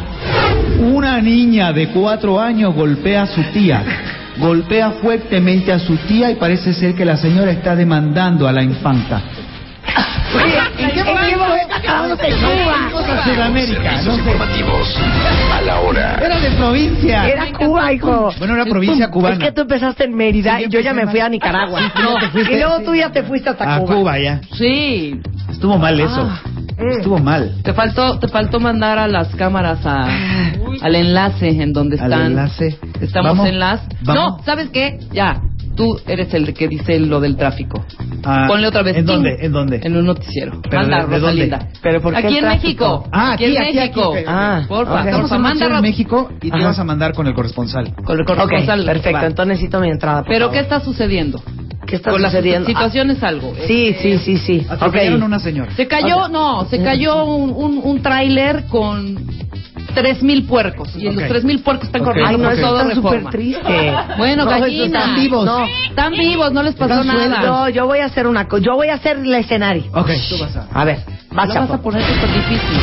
Speaker 6: Una niña de cuatro años golpea a su tía. Golpea fuertemente a su tía y parece ser que la señora está demandando a la infanta.
Speaker 4: ¿En qué momento este acabamos de
Speaker 6: Cosa Sudamérica, no
Speaker 1: Servicios
Speaker 6: sé.
Speaker 1: informativos. A la hora.
Speaker 6: Era de provincia.
Speaker 5: Eh,
Speaker 4: Era Cuba, hijo.
Speaker 6: Bueno, era provincia cubana.
Speaker 4: Es que tú empezaste en Mérida
Speaker 6: Sí, yo
Speaker 4: y yo ya
Speaker 6: empecé
Speaker 4: me fui
Speaker 6: mal.
Speaker 4: a Nicaragua.
Speaker 6: Sí, tú ya te fuiste.
Speaker 4: y luego tú ya te fuiste hasta
Speaker 6: A
Speaker 4: Cuba.
Speaker 6: Cuba ya.
Speaker 5: Sí.
Speaker 6: Estuvo mal eso.
Speaker 5: Ah.
Speaker 6: Estuvo mal.
Speaker 5: Te faltó, te faltó mandar a las cámaras a, al enlace en donde
Speaker 6: Al
Speaker 5: están.
Speaker 6: enlace.
Speaker 5: Estamos
Speaker 6: Vamos,
Speaker 5: en las.
Speaker 6: vamos.
Speaker 5: No, ¿sabes qué? Ya. Tú eres el que dice lo del tráfico.
Speaker 6: Ah,
Speaker 5: Ponle otra vez.
Speaker 6: ¿En dónde?
Speaker 5: ¡Ting!
Speaker 6: ¿En dónde?
Speaker 5: En un noticiero.
Speaker 6: Pero
Speaker 5: Manda,
Speaker 6: ¿de- de dónde?
Speaker 5: Rosalinda.
Speaker 6: Pero ¿por qué
Speaker 5: aquí
Speaker 6: el
Speaker 5: en
Speaker 6: tráfico?
Speaker 5: México.
Speaker 6: Ah, aquí,
Speaker 5: en
Speaker 6: aquí, aquí,
Speaker 5: México.
Speaker 6: ok, ok.
Speaker 5: Ah, porfa,
Speaker 6: Ok.
Speaker 5: porfa,
Speaker 6: Estamos
Speaker 5: manda
Speaker 6: en
Speaker 5: Ros-
Speaker 6: México y te
Speaker 5: Ajá.
Speaker 6: vas a mandar con el corresponsal.
Speaker 5: Con el
Speaker 4: Ok,
Speaker 5: corresponsal.
Speaker 4: perfecto.
Speaker 5: Va.
Speaker 4: Entonces necesito mi entrada, por
Speaker 5: Pero
Speaker 4: favor.
Speaker 5: ¿qué está sucediendo?
Speaker 4: ¿Qué está
Speaker 5: Con
Speaker 4: sucediendo?
Speaker 5: la situación es algo.
Speaker 4: Ah, sí, sí, sí, sí. Ok.
Speaker 6: Atropellaron a una señora.
Speaker 5: Se
Speaker 4: Ah,
Speaker 5: cayó, no, se cayó un, un, un tráiler con tres mil puercos y
Speaker 6: Ok.
Speaker 5: los tres mil puercos están
Speaker 6: Ok,
Speaker 5: corriendo
Speaker 4: Ay, no,
Speaker 5: por
Speaker 4: eso
Speaker 5: todo
Speaker 4: está súper
Speaker 5: reforma.
Speaker 4: triste.
Speaker 5: Bueno,
Speaker 4: No,
Speaker 5: gallinas.
Speaker 4: eso están vivos. No.
Speaker 5: Están vivos, no les pasó
Speaker 6: Están
Speaker 5: nada.
Speaker 4: No, yo voy a hacer una co- yo voy a hacer el escenario.
Speaker 6: Ok, tú vas a.
Speaker 4: A ver, vas
Speaker 5: Lo
Speaker 4: a
Speaker 5: vas a poner súper difícil.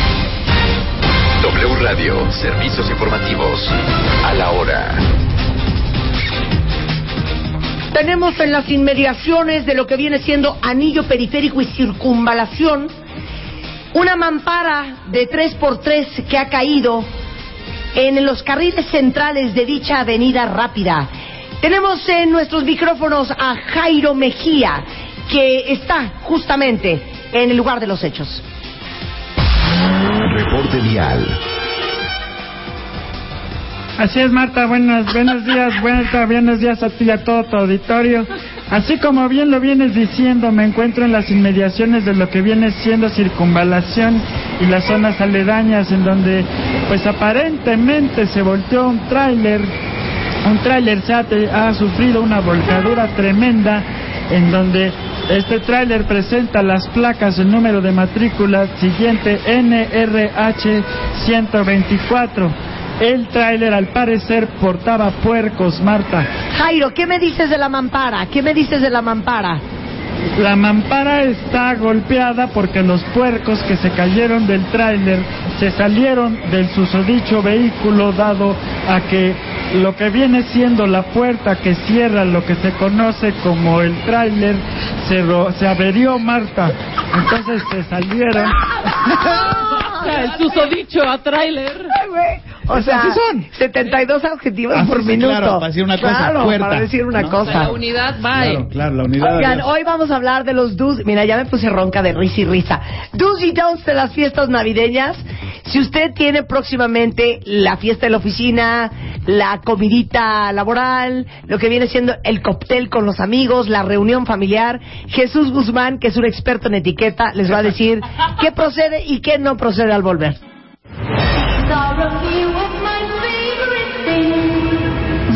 Speaker 1: W Radio, servicios informativos. A la hora.
Speaker 4: Tenemos en las inmediaciones de lo que viene siendo anillo periférico y circunvalación una mampara de 3x3 que ha caído en los carriles centrales de dicha avenida rápida. Tenemos en nuestros micrófonos a Jairo Mejía, que está justamente en el lugar de los hechos.
Speaker 1: Reporte vial.
Speaker 12: Así es, Marta. Buenos, buenos días, Marta. Buenos días a ti y a todo tu auditorio. Así como bien lo vienes diciendo, me encuentro en las inmediaciones de lo que viene siendo circunvalación y las zonas aledañas, en donde, pues aparentemente se volteó un tráiler. Un tráiler se ha, te- ha sufrido una volcadura tremenda, en donde este tráiler presenta las placas, el número de matrícula siguiente NRH 124. El tráiler al parecer portaba puercos, Marta.
Speaker 4: Jairo, ¿qué me dices de la mampara? ¿Qué me dices de la mampara?
Speaker 12: La mampara está golpeada porque los puercos que se cayeron del tráiler se salieron del susodicho vehículo dado a que lo que viene siendo la puerta que cierra lo que se conoce como el tráiler se, ro- se averió,
Speaker 5: Ah.
Speaker 12: Marta. Entonces se salieron.
Speaker 5: El susodicho a tráiler.
Speaker 4: O sea, 72 adjetivos
Speaker 6: Ah,
Speaker 4: por
Speaker 6: sí, sí,
Speaker 4: minuto.
Speaker 6: claro, para decir una cosa,
Speaker 4: Claro,
Speaker 6: puerta.
Speaker 4: para decir una
Speaker 6: No,
Speaker 4: cosa.
Speaker 5: La unidad, bye.
Speaker 6: Claro, claro, la unidad.
Speaker 4: Oigan, hoy vamos a hablar de los do's. Mira, ya me puse ronca de risa y risa. Do's y don'ts de las fiestas navideñas. Si usted tiene próximamente la fiesta de la oficina, la comidita laboral, lo que viene siendo el cóctel con los amigos, la reunión familiar, Jesús Guzmán, que es un experto en etiqueta, les va a decir qué procede y qué no procede al volver.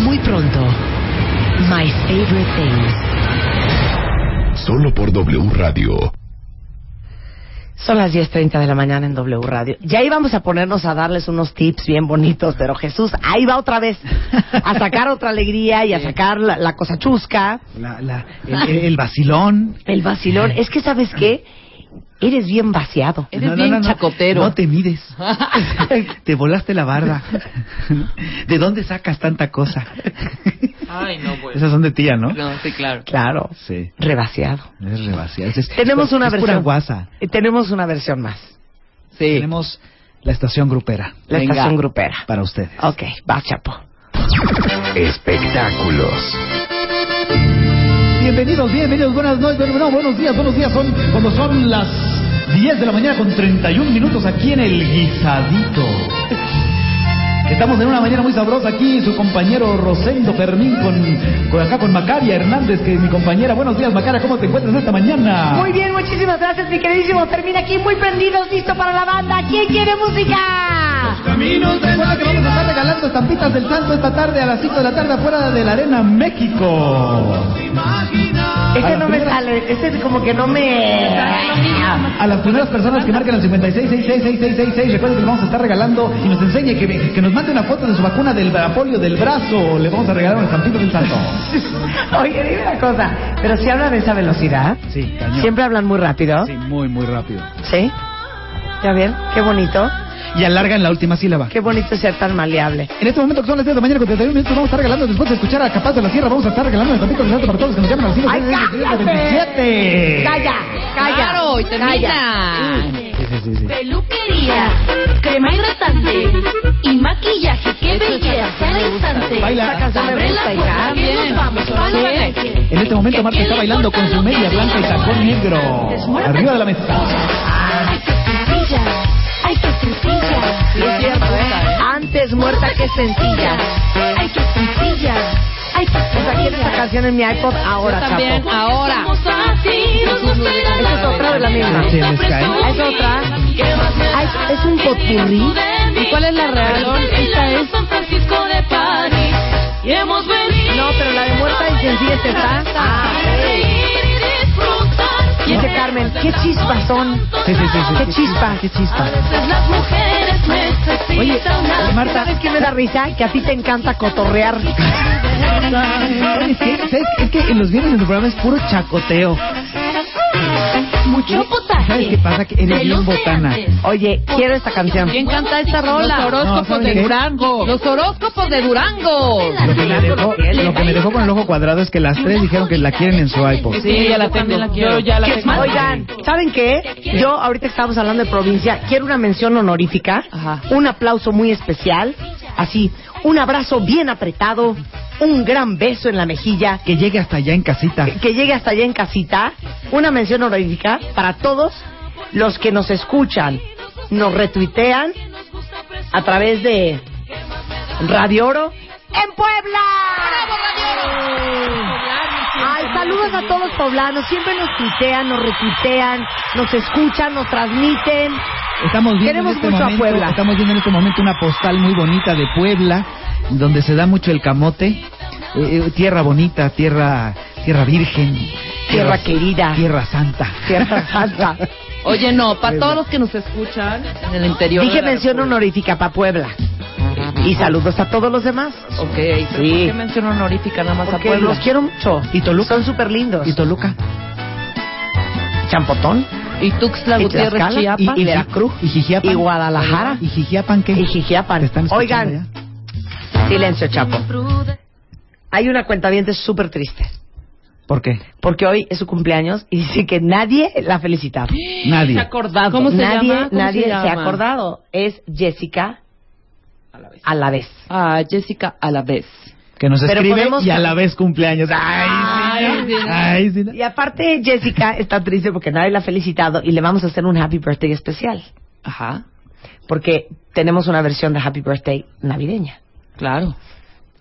Speaker 4: Muy pronto, My Favorite Things.
Speaker 13: Solo por W Radio.
Speaker 4: Son las 10.30 de la mañana en W Radio. Ya íbamos a ponernos a darles unos tips bien bonitos, pero Jesús, ahí va otra vez. A sacar otra alegría y a sacar la, la cosa chusca,
Speaker 6: La- la- el, el- el vacilón.
Speaker 4: el vacilón. Es que, ¿sabes qué? Eres bien vaciado.
Speaker 5: Eres bien chacotero.
Speaker 6: No te mides. te volaste la barda. ¿De dónde sacas tanta cosa?
Speaker 5: Ay, no, pues. bueno.
Speaker 6: Esas son de tía, ¿no?
Speaker 5: No, sí, claro.
Speaker 4: Claro,
Speaker 6: Sí.
Speaker 4: revaciado.
Speaker 6: Es re vaciada. Es-
Speaker 4: Tenemos
Speaker 6: es-
Speaker 4: una
Speaker 6: es pura
Speaker 4: versión.
Speaker 6: guasa.
Speaker 4: Eh, Tenemos una versión más.
Speaker 5: Sí.
Speaker 6: Tenemos la estación grupera
Speaker 4: La
Speaker 5: Venga.
Speaker 4: estación grupera.
Speaker 6: para ustedes.
Speaker 4: Ok, va, chapo.
Speaker 1: Espectáculos.
Speaker 6: Bienvenidos, bienvenidos, buenas noches, bueno, no, buenos días, buenos días, son cuando son las 10 de la mañana con 31 minutos aquí en el guisadito. Estamos en una mañana muy sabrosa aquí, su compañero Rosendo Fermín con, con acá con Macaria Hernández, que es mi compañera. Buenos días, Macaria, ¿cómo te encuentras esta mañana?
Speaker 14: Muy bien, muchísimas gracias, mi queridísimo. Termina aquí muy prendidos, listo para la banda. ¿Quién quiere
Speaker 4: Ah.
Speaker 14: música?
Speaker 6: Caminos de Recuerda que vamos a estar regalando estampitas del santo esta tarde a las 5 de la tarde afuera de la Arena México.
Speaker 4: Ese no me sale, ese este como que no me...
Speaker 6: A las primeras personas que marquen al 56666666, recuerden que le vamos a estar regalando y nos enseñe que, que nos mande una foto de su vacuna del apolio del brazo. Le vamos a regalar un estampito del santo.
Speaker 4: Oye, dime una cosa, pero si hablan a esa velocidad,
Speaker 6: Sí, cañón.
Speaker 4: siempre hablan muy rápido.
Speaker 6: Sí, muy, muy rápido.
Speaker 4: ¿Sí? ¿Ya ven? Qué bonito.
Speaker 6: Y alargan la última sílaba.
Speaker 4: Qué bonito ser tan maleable.
Speaker 6: En este momento que son las 10 de la mañana con 31 minutos vamos a estar regalando después de escuchar a Capaz de la Sierra vamos a estar regalando el tapito del santo para todos los que nos llaman al cinco,
Speaker 4: ¡Ay,
Speaker 6: seis, seis, seis,
Speaker 4: cállate!
Speaker 6: veintisiete.
Speaker 4: ¡Calla! ¡Calla!
Speaker 9: Claro, y termina. Peluquería, crema hidratante y maquillaje que belleza al instante.
Speaker 6: Baila. Esa canción me
Speaker 9: Abre la
Speaker 6: gusta,
Speaker 9: puerta que
Speaker 6: también.
Speaker 9: nos vamos pa' la calle.
Speaker 6: En este momento Marta está bailando con su media blanca y tacón negro. Arriba de la mesa.
Speaker 14: Ay, qué sencilla. Ay, qué sencilla.
Speaker 6: ¿eh?
Speaker 4: Antes muerta que sencilla.
Speaker 14: Ay, qué sencilla. Ay, qué
Speaker 4: Esa quiere esa
Speaker 14: sencilla.
Speaker 4: canción en mi iPod ahora,
Speaker 9: Yo también,
Speaker 4: chapo.
Speaker 9: ahora.
Speaker 4: Esa es otra de la misma.
Speaker 6: Sí, les cae.
Speaker 4: Ah, Es otra. Ah, es- es un potpurrí.
Speaker 9: ¿Y cuál es la real?
Speaker 15: Esta es San Francisco de París. Y hemos venido.
Speaker 4: No, pero la de muerta y sencilla es esta. Y dice Carmen, qué chispas son.
Speaker 6: Sí, sí, sí, sí.
Speaker 4: Qué chispa.
Speaker 6: Qué chispa.
Speaker 4: Oye,
Speaker 6: Marta.
Speaker 4: ¿sabes qué me da risa? Que a ti te encanta cotorrear.
Speaker 6: ¿Sabes qué? ¿Sabes qué? Es que en los viernes en tu programa es puro chacoteo.
Speaker 9: Mucho
Speaker 6: ¿Sabes
Speaker 9: potaje.
Speaker 6: qué pasa? Que eres bien botana.
Speaker 4: Oye, quiero esta canción.
Speaker 9: ¿Quién canta esta
Speaker 5: Los
Speaker 9: rola?
Speaker 5: horóscopos
Speaker 6: No, ¿saben
Speaker 5: de
Speaker 6: qué?
Speaker 5: Durango.
Speaker 9: Los horóscopos de Durango.
Speaker 6: Lo que, me dejó, lo que me dejó con el ojo cuadrado es que las tres dijeron que la quieren en su iPod.
Speaker 5: Sí, ya la tengo. Yo ya la tengo.
Speaker 4: Pues, Oigan, ¿saben qué? Yo, ahorita que estábamos hablando de provincia, quiero una mención honorífica,
Speaker 5: Ajá.
Speaker 4: un aplauso muy especial, así, un abrazo bien apretado, un gran beso en la mejilla,
Speaker 6: Que llegue hasta allá en casita.
Speaker 4: que- que llegue hasta allá en casita, una mención honorífica para todos los que nos escuchan, nos retuitean a través de Radio Oro en Puebla. Ay, saludos a todos los poblanos, siempre nos tuitean, nos retuitean, nos escuchan, nos transmiten.
Speaker 6: Estamos viendo
Speaker 4: Queremos
Speaker 6: en este
Speaker 4: mucho a
Speaker 6: momento,
Speaker 4: Puebla.
Speaker 6: Estamos viendo en este momento una postal muy bonita de Puebla, donde se da mucho el camote. Eh, eh, tierra bonita, tierra, tierra virgen,
Speaker 4: Tierra querida.
Speaker 6: tierra santa.
Speaker 4: Tierra Santa.
Speaker 9: Oye, no, para todos los que nos
Speaker 5: escuchan
Speaker 9: en el interior.
Speaker 4: Dije
Speaker 9: de la
Speaker 4: mención
Speaker 9: República.
Speaker 4: honorífica para Puebla. Y saludos a todos los demás.
Speaker 5: Ok, pero
Speaker 4: Sí.
Speaker 5: ¿por qué mención honorífica nada más a
Speaker 4: Porque los
Speaker 5: Puebla?
Speaker 4: quiero mucho.
Speaker 6: ¿Y Toluca?
Speaker 4: Son súper lindos.
Speaker 6: Y Toluca.
Speaker 4: Champotón.
Speaker 9: Y Tuxtla
Speaker 4: Y
Speaker 9: Gutiérrez,
Speaker 4: Tlaxcala,
Speaker 9: Chiapas.
Speaker 4: y- Veracruz,
Speaker 6: Y Jijiapan.
Speaker 4: y Guadalajara.
Speaker 6: Y Jijiapan, ¿qué?
Speaker 4: Y Jijiapan.
Speaker 6: ¿Te están escuchando
Speaker 4: Oigan.
Speaker 6: ya?
Speaker 4: Silencio, Chapo. Hay una cuenta súper triste.
Speaker 6: ¿Por qué?
Speaker 4: Porque hoy es su cumpleaños y dice que nadie la ha felicitado.
Speaker 6: Nadie.
Speaker 5: acordado.
Speaker 9: ¿Cómo se
Speaker 4: nadie
Speaker 9: llama? ¿Cómo
Speaker 4: nadie se,
Speaker 9: se
Speaker 4: ha
Speaker 9: llama?
Speaker 4: acordado. Es Jessica a la vez.
Speaker 9: Ah, Jessica a la vez.
Speaker 6: Que nos
Speaker 4: Pero
Speaker 6: escribe
Speaker 4: podemos-
Speaker 6: y a la vez cumpleaños. ¡Ay,
Speaker 4: Ay,
Speaker 6: sí,
Speaker 4: sí,
Speaker 6: no! ¡Ay, sí, no!
Speaker 4: Y aparte Jessica está triste porque nadie la ha felicitado y le vamos a hacer un happy birthday especial.
Speaker 9: Ajá,
Speaker 4: Porque tenemos una versión de happy birthday navideña
Speaker 9: claro.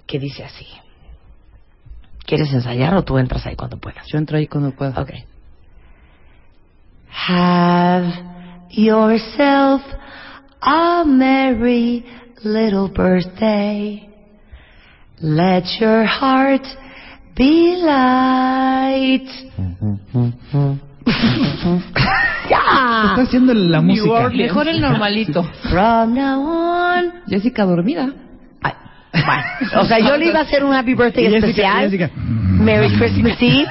Speaker 4: que dice así. ¿Quieres ensayar o tú entras ahí cuando puedas?
Speaker 9: Yo entro ahí cuando pueda.
Speaker 4: Okay. Have yourself a merry little birthday. Let your heart be light.
Speaker 9: Mm-hmm.
Speaker 4: Ya.
Speaker 6: Está haciendo la música.
Speaker 5: Mejor el normalito.
Speaker 4: From now on.
Speaker 9: Jessica dormida.
Speaker 4: Ay, bueno, o sea, yo le iba a hacer un happy birthday
Speaker 6: Y Jessica-
Speaker 4: especial.
Speaker 6: Jessica.
Speaker 4: Merry Christmas Eve.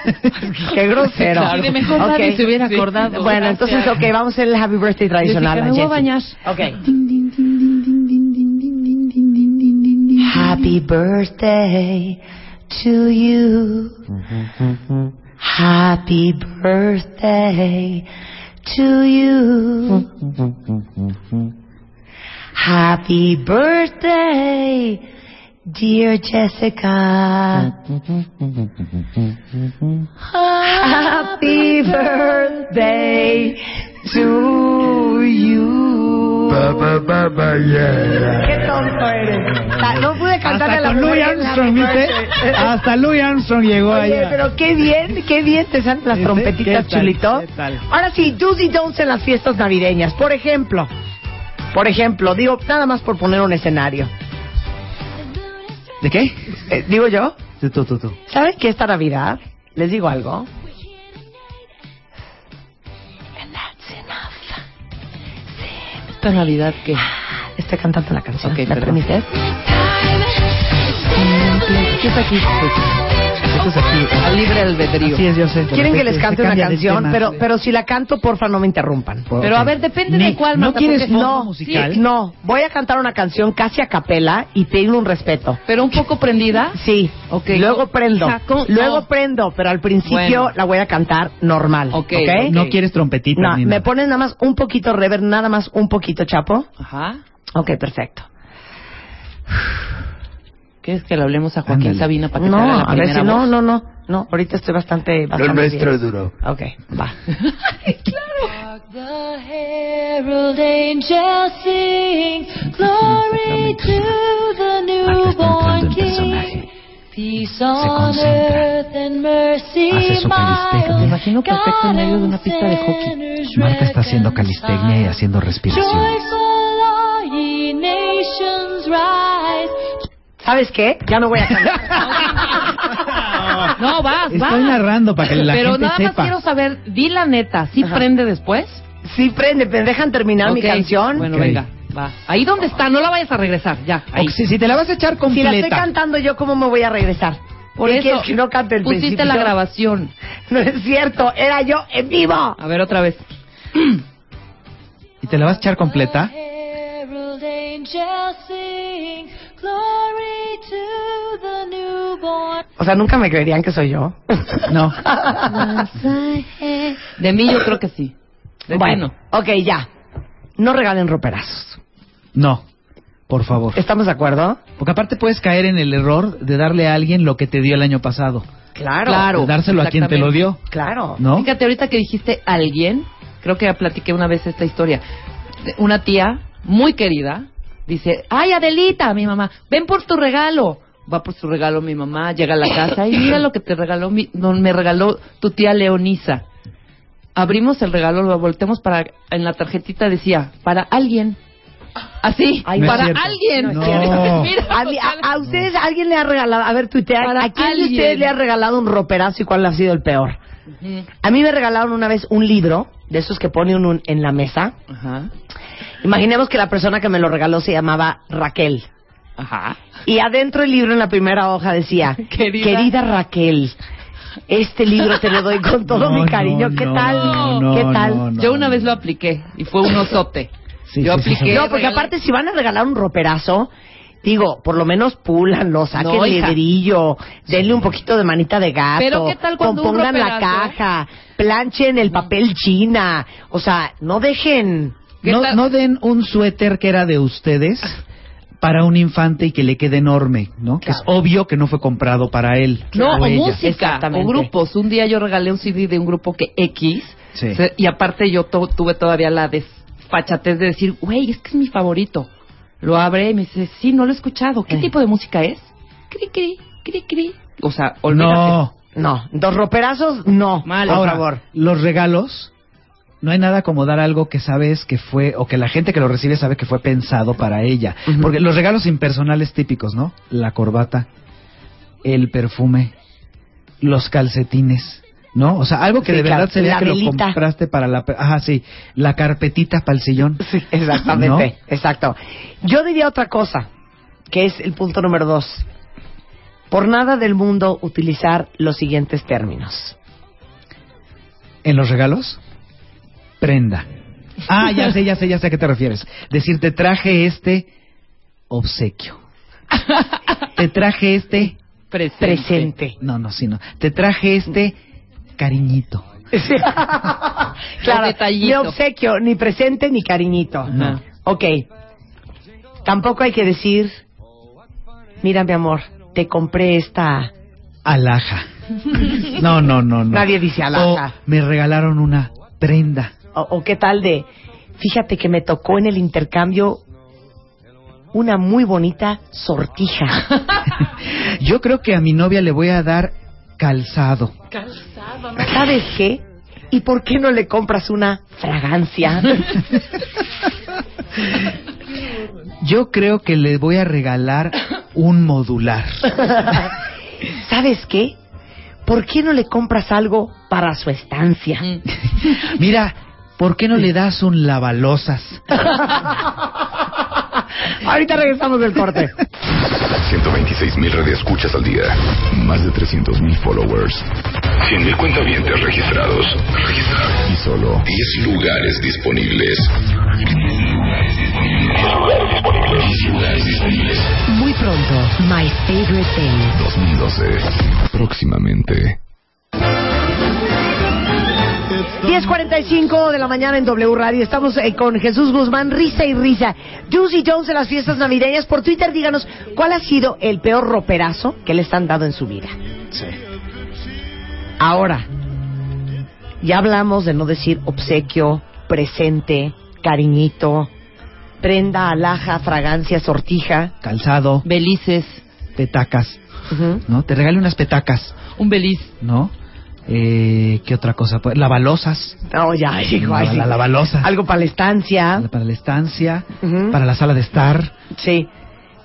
Speaker 4: Qué grosero.
Speaker 5: Claro. Y de mejor
Speaker 4: Ok.
Speaker 5: nadie se hubiera acordado.
Speaker 4: Bueno,
Speaker 5: Gracias.
Speaker 4: entonces, ok, vamos a hacer el happy birthday tradicional.
Speaker 9: Jessica, me voy a
Speaker 4: Jessie.
Speaker 9: bañar.
Speaker 4: Ok. Happy birthday to you. Happy birthday to you. Happy birthday,
Speaker 9: Dear Jessica, happy birthday to you.
Speaker 8: Qué tonto eres. O sea, Ah, no pude cantar a
Speaker 4: Hasta
Speaker 8: la
Speaker 4: con Louis
Speaker 8: mujer en la
Speaker 4: Armstrong, ¿viste?
Speaker 8: muerte.
Speaker 5: Ah,
Speaker 4: Hasta Louis Armstrong llegó ahí.
Speaker 8: Oye, pero qué bien, qué bien te salen las trompetitas,
Speaker 4: ¿Qué tal?
Speaker 8: chulito.
Speaker 4: ¿Qué tal?
Speaker 8: Ahora sí, do's y don'ts en las fiestas navideñas. Por ejemplo, por ejemplo, digo, nada más por poner un escenario.
Speaker 6: ¿De qué?
Speaker 8: Eh, digo yo,
Speaker 6: Tú, tú, tú, tú.
Speaker 8: ¿sabes qué esta Navidad? Les digo algo.
Speaker 16: Esta Navidad que
Speaker 8: estoy cantando la canción.
Speaker 16: ¿Me permites? ¿Qué es aquí?
Speaker 6: Esto es aquí.
Speaker 16: A libre albedrío.
Speaker 6: Así es, yo sé.
Speaker 8: Quieren que les cante una
Speaker 6: Cambia de
Speaker 8: canción,
Speaker 6: tema.
Speaker 8: pero pero si la canto, porfa, no me interrumpan.
Speaker 5: Pero a ver, depende de cuál, Marta, porque-
Speaker 8: no, sí, no, voy a cantar una canción casi a capela y tengo un respeto.
Speaker 5: Pero un poco prendida.
Speaker 8: Sí.
Speaker 5: Ok.
Speaker 8: Luego prendo.
Speaker 5: Hija, ¿cómo?
Speaker 8: Luego
Speaker 5: No.
Speaker 8: prendo, pero al principio
Speaker 5: Bueno.
Speaker 8: la voy a cantar normal. ¿Ok?
Speaker 4: ok. No quieres trompetita
Speaker 8: No,
Speaker 4: ni
Speaker 8: me
Speaker 4: nada.
Speaker 8: pones nada más un poquito rever, nada más un poquito chapo.
Speaker 16: Ajá.
Speaker 8: Ok, perfecto.
Speaker 16: ¿Quieres que le hablemos a Joaquín
Speaker 8: Ándale.
Speaker 16: Sabina para que
Speaker 8: no,
Speaker 16: te haga la
Speaker 8: a ver
Speaker 16: primera
Speaker 8: si no,
Speaker 16: voz?
Speaker 8: no, no, no. Ahorita estoy bastante. bastante
Speaker 16: nuestro
Speaker 8: bien.
Speaker 16: es duro.
Speaker 8: Ok, va.
Speaker 9: The herald angels sing glory to the newborn King. Peace on earth and mercy
Speaker 17: Hace su calistenia. Me
Speaker 9: mild.
Speaker 17: imagino perfecto en medio de una pista de hockey. Marta está haciendo calistenia y haciendo respiración.
Speaker 9: Joyful are ye nations rise.
Speaker 8: ¿Sabes qué? Ya no voy a cantar.
Speaker 5: No, vas, vas.
Speaker 4: Estoy narrando para que la
Speaker 5: Pero
Speaker 4: gente
Speaker 5: nada más
Speaker 4: sepa.
Speaker 5: quiero saber, di la neta, ¿sí
Speaker 8: Ajá.
Speaker 5: prende después?
Speaker 8: Sí prende, pero dejan terminar mi
Speaker 5: Ok,
Speaker 8: canción.
Speaker 5: Bueno,
Speaker 8: Ok.
Speaker 5: venga, va. Ahí donde está, no la vayas a regresar, ya. Ahí.
Speaker 8: si, te la vas a echar
Speaker 5: completa.
Speaker 8: Si la estoy cantando yo, ¿cómo me voy a regresar?
Speaker 5: Por
Speaker 8: ¿Qué
Speaker 5: eso
Speaker 8: quieres que no cante el
Speaker 5: pusiste
Speaker 8: principio?
Speaker 5: la grabación.
Speaker 8: No es cierto, era yo en vivo.
Speaker 5: A ver, otra vez.
Speaker 6: ¿Y te la vas a echar completa?
Speaker 9: Herald angels sing glory to the newborn.
Speaker 8: O sea, nunca me creerían que soy yo.
Speaker 6: No.
Speaker 5: De mí yo creo que sí. De
Speaker 8: bueno, ok, ya. No regalen roperazos.
Speaker 6: No. Por favor.
Speaker 8: ¿Estamos de acuerdo?
Speaker 6: Porque aparte puedes caer en el error de darle a alguien lo que te dio el año pasado.
Speaker 8: Claro.
Speaker 6: Claro. Dárselo a quien te lo dio.
Speaker 8: Claro.
Speaker 6: ¿No?
Speaker 5: Fíjate, ahorita que dijiste alguien, creo que ya platiqué una vez esta historia. De Una tía muy querida dice, ay Adelita, mi mamá, ven por tu regalo. Va por su regalo mi mamá, llega a la casa y mira lo que te regaló, mi- no, me regaló tu tía Leonisa. Abrimos el regalo, lo volteamos para, en la tarjetita decía, para alguien. Así,
Speaker 8: Ay, no
Speaker 5: para
Speaker 8: es cierto.
Speaker 5: alguien.
Speaker 8: No es cierto.
Speaker 5: Mira,
Speaker 8: A, mí- a- a ustedes alguien le ha regalado, a ver, tuitea,
Speaker 5: Para
Speaker 8: ¿a quién de
Speaker 5: alguien.
Speaker 8: ustedes le ha regalado un roperazo y cuál ha sido el peor? A mí me regalaron una vez un libro, de esos que pone uno en la mesa.
Speaker 5: Ajá.
Speaker 8: Imaginemos que la persona que me lo regaló se llamaba Raquel.
Speaker 5: Ajá.
Speaker 8: Y adentro el libro en la primera hoja decía,
Speaker 5: Querida.
Speaker 8: querida, Raquel, este libro te lo doy con todo
Speaker 5: No,
Speaker 8: mi cariño.
Speaker 5: no,
Speaker 8: ¿Qué
Speaker 5: no,
Speaker 8: tal?
Speaker 5: no, no,
Speaker 8: ¿Qué tal?
Speaker 5: no, no, Yo una vez lo apliqué y fue un osote. Yo
Speaker 8: sí, sí,
Speaker 5: apliqué.
Speaker 8: sí. No, porque
Speaker 5: regalé-
Speaker 8: aparte si van a regalar un roperazo, digo, por lo menos púlanlo, saquen
Speaker 5: No, hija.
Speaker 8: ledrillo, denle un poquito de manita de gato,
Speaker 5: Pero, ¿qué tal cuando un
Speaker 8: compongan la
Speaker 5: roperazo?
Speaker 8: caja, planchen el papel china, o sea, no dejen...
Speaker 6: No, no den un suéter que era de ustedes para un infante y que le quede enorme, ¿no? Que es obvio que no fue comprado para él.
Speaker 5: No, o
Speaker 6: ella.
Speaker 5: música, o
Speaker 6: Exactamente.
Speaker 5: grupos. Un día yo regalé un CD de un grupo que X,
Speaker 6: Sí.
Speaker 5: se- y aparte yo to- tuve todavía la desfachatez de decir, güey, es que es mi favorito. Lo abre y me dice, sí, no lo he escuchado. ¿Qué tipo de música es? Cri, cri, cri, cri. O sea, olvídate.
Speaker 6: No.
Speaker 8: No, dos roperazos, no.
Speaker 5: Mal,
Speaker 6: Ahora,
Speaker 5: por favor.
Speaker 6: los regalos, no hay nada como dar algo que sabes que fue, o que la gente que lo recibe sabe que fue pensado para ella. Porque los regalos impersonales típicos, ¿no? La corbata, el perfume, los calcetines. ¿No? O sea, algo que
Speaker 8: Sí,
Speaker 6: de verdad
Speaker 8: claro.
Speaker 6: se vea
Speaker 8: La
Speaker 6: que lo
Speaker 8: velita.
Speaker 6: compraste para la... Ajá, sí. La carpetita para el sillón.
Speaker 8: Sí, Exactamente, exacto. Yo diría otra cosa, que es el punto número dos. Por nada del mundo utilizar los siguientes términos.
Speaker 6: ¿En los regalos? Prenda. Ah, ya sé, ya sé, ya sé a qué te refieres. Decir, te traje este obsequio. Te traje este
Speaker 5: Presente.
Speaker 8: Presente.
Speaker 6: No, no, sí, no. Te traje este cariñito.
Speaker 8: Claro, ni
Speaker 5: detallito.
Speaker 8: obsequio, ni presente, ni cariñito.
Speaker 6: No.
Speaker 8: Ok. Tampoco hay que decir mira mi amor, te compré esta...
Speaker 6: Alhaja. No, no, no, no.
Speaker 8: Nadie dice alhaja.
Speaker 6: O me regalaron una prenda.
Speaker 8: O, o qué tal de, fíjate que me tocó en el intercambio una muy bonita sortija.
Speaker 6: Yo creo que a mi novia le voy a dar calzado.
Speaker 8: Calzado, ¿no? ¿Sabes qué? ¿Y por qué no le compras una fragancia?
Speaker 6: Yo creo que le voy a regalar un modular.
Speaker 8: ¿Sabes qué? ¿Por qué no le compras algo para su estancia?
Speaker 6: Mira, ¿por qué no le das un lavalosas?
Speaker 8: Ahorita regresamos del corte.
Speaker 1: 126 mil escuchas al día. Más de 300 mil followers. 100 mil cuentavientes registrados. Y solo 10 lugares disponibles. 10 lugares disponibles.
Speaker 4: Muy pronto, My Favorite Thing.
Speaker 1: 2012. Próximamente.
Speaker 8: 10.45 de la mañana en W Radio. Estamos eh, con Jesús Guzmán, risa y risa. Juicy Jones en las fiestas navideñas. Por Twitter, díganos, ¿cuál ha sido el peor roperazo que les han dado en su vida? Ahora, ya hablamos de no decir obsequio, presente, cariñito, prenda, alhaja, fragancia, sortija.
Speaker 6: Calzado.
Speaker 5: Belices.
Speaker 6: Petacas. ¿No? Te regalé unas petacas.
Speaker 5: Un beliz.
Speaker 6: ¿No? Eh, ¿Qué otra cosa? Pues, lavalosas.
Speaker 8: No, ya, hijo,
Speaker 6: La-
Speaker 8: ay, sí.
Speaker 6: la lavalosa.
Speaker 8: Algo para la estancia.
Speaker 6: Para la estancia.
Speaker 8: Ujú.
Speaker 6: Para la sala de estar.
Speaker 8: Sí.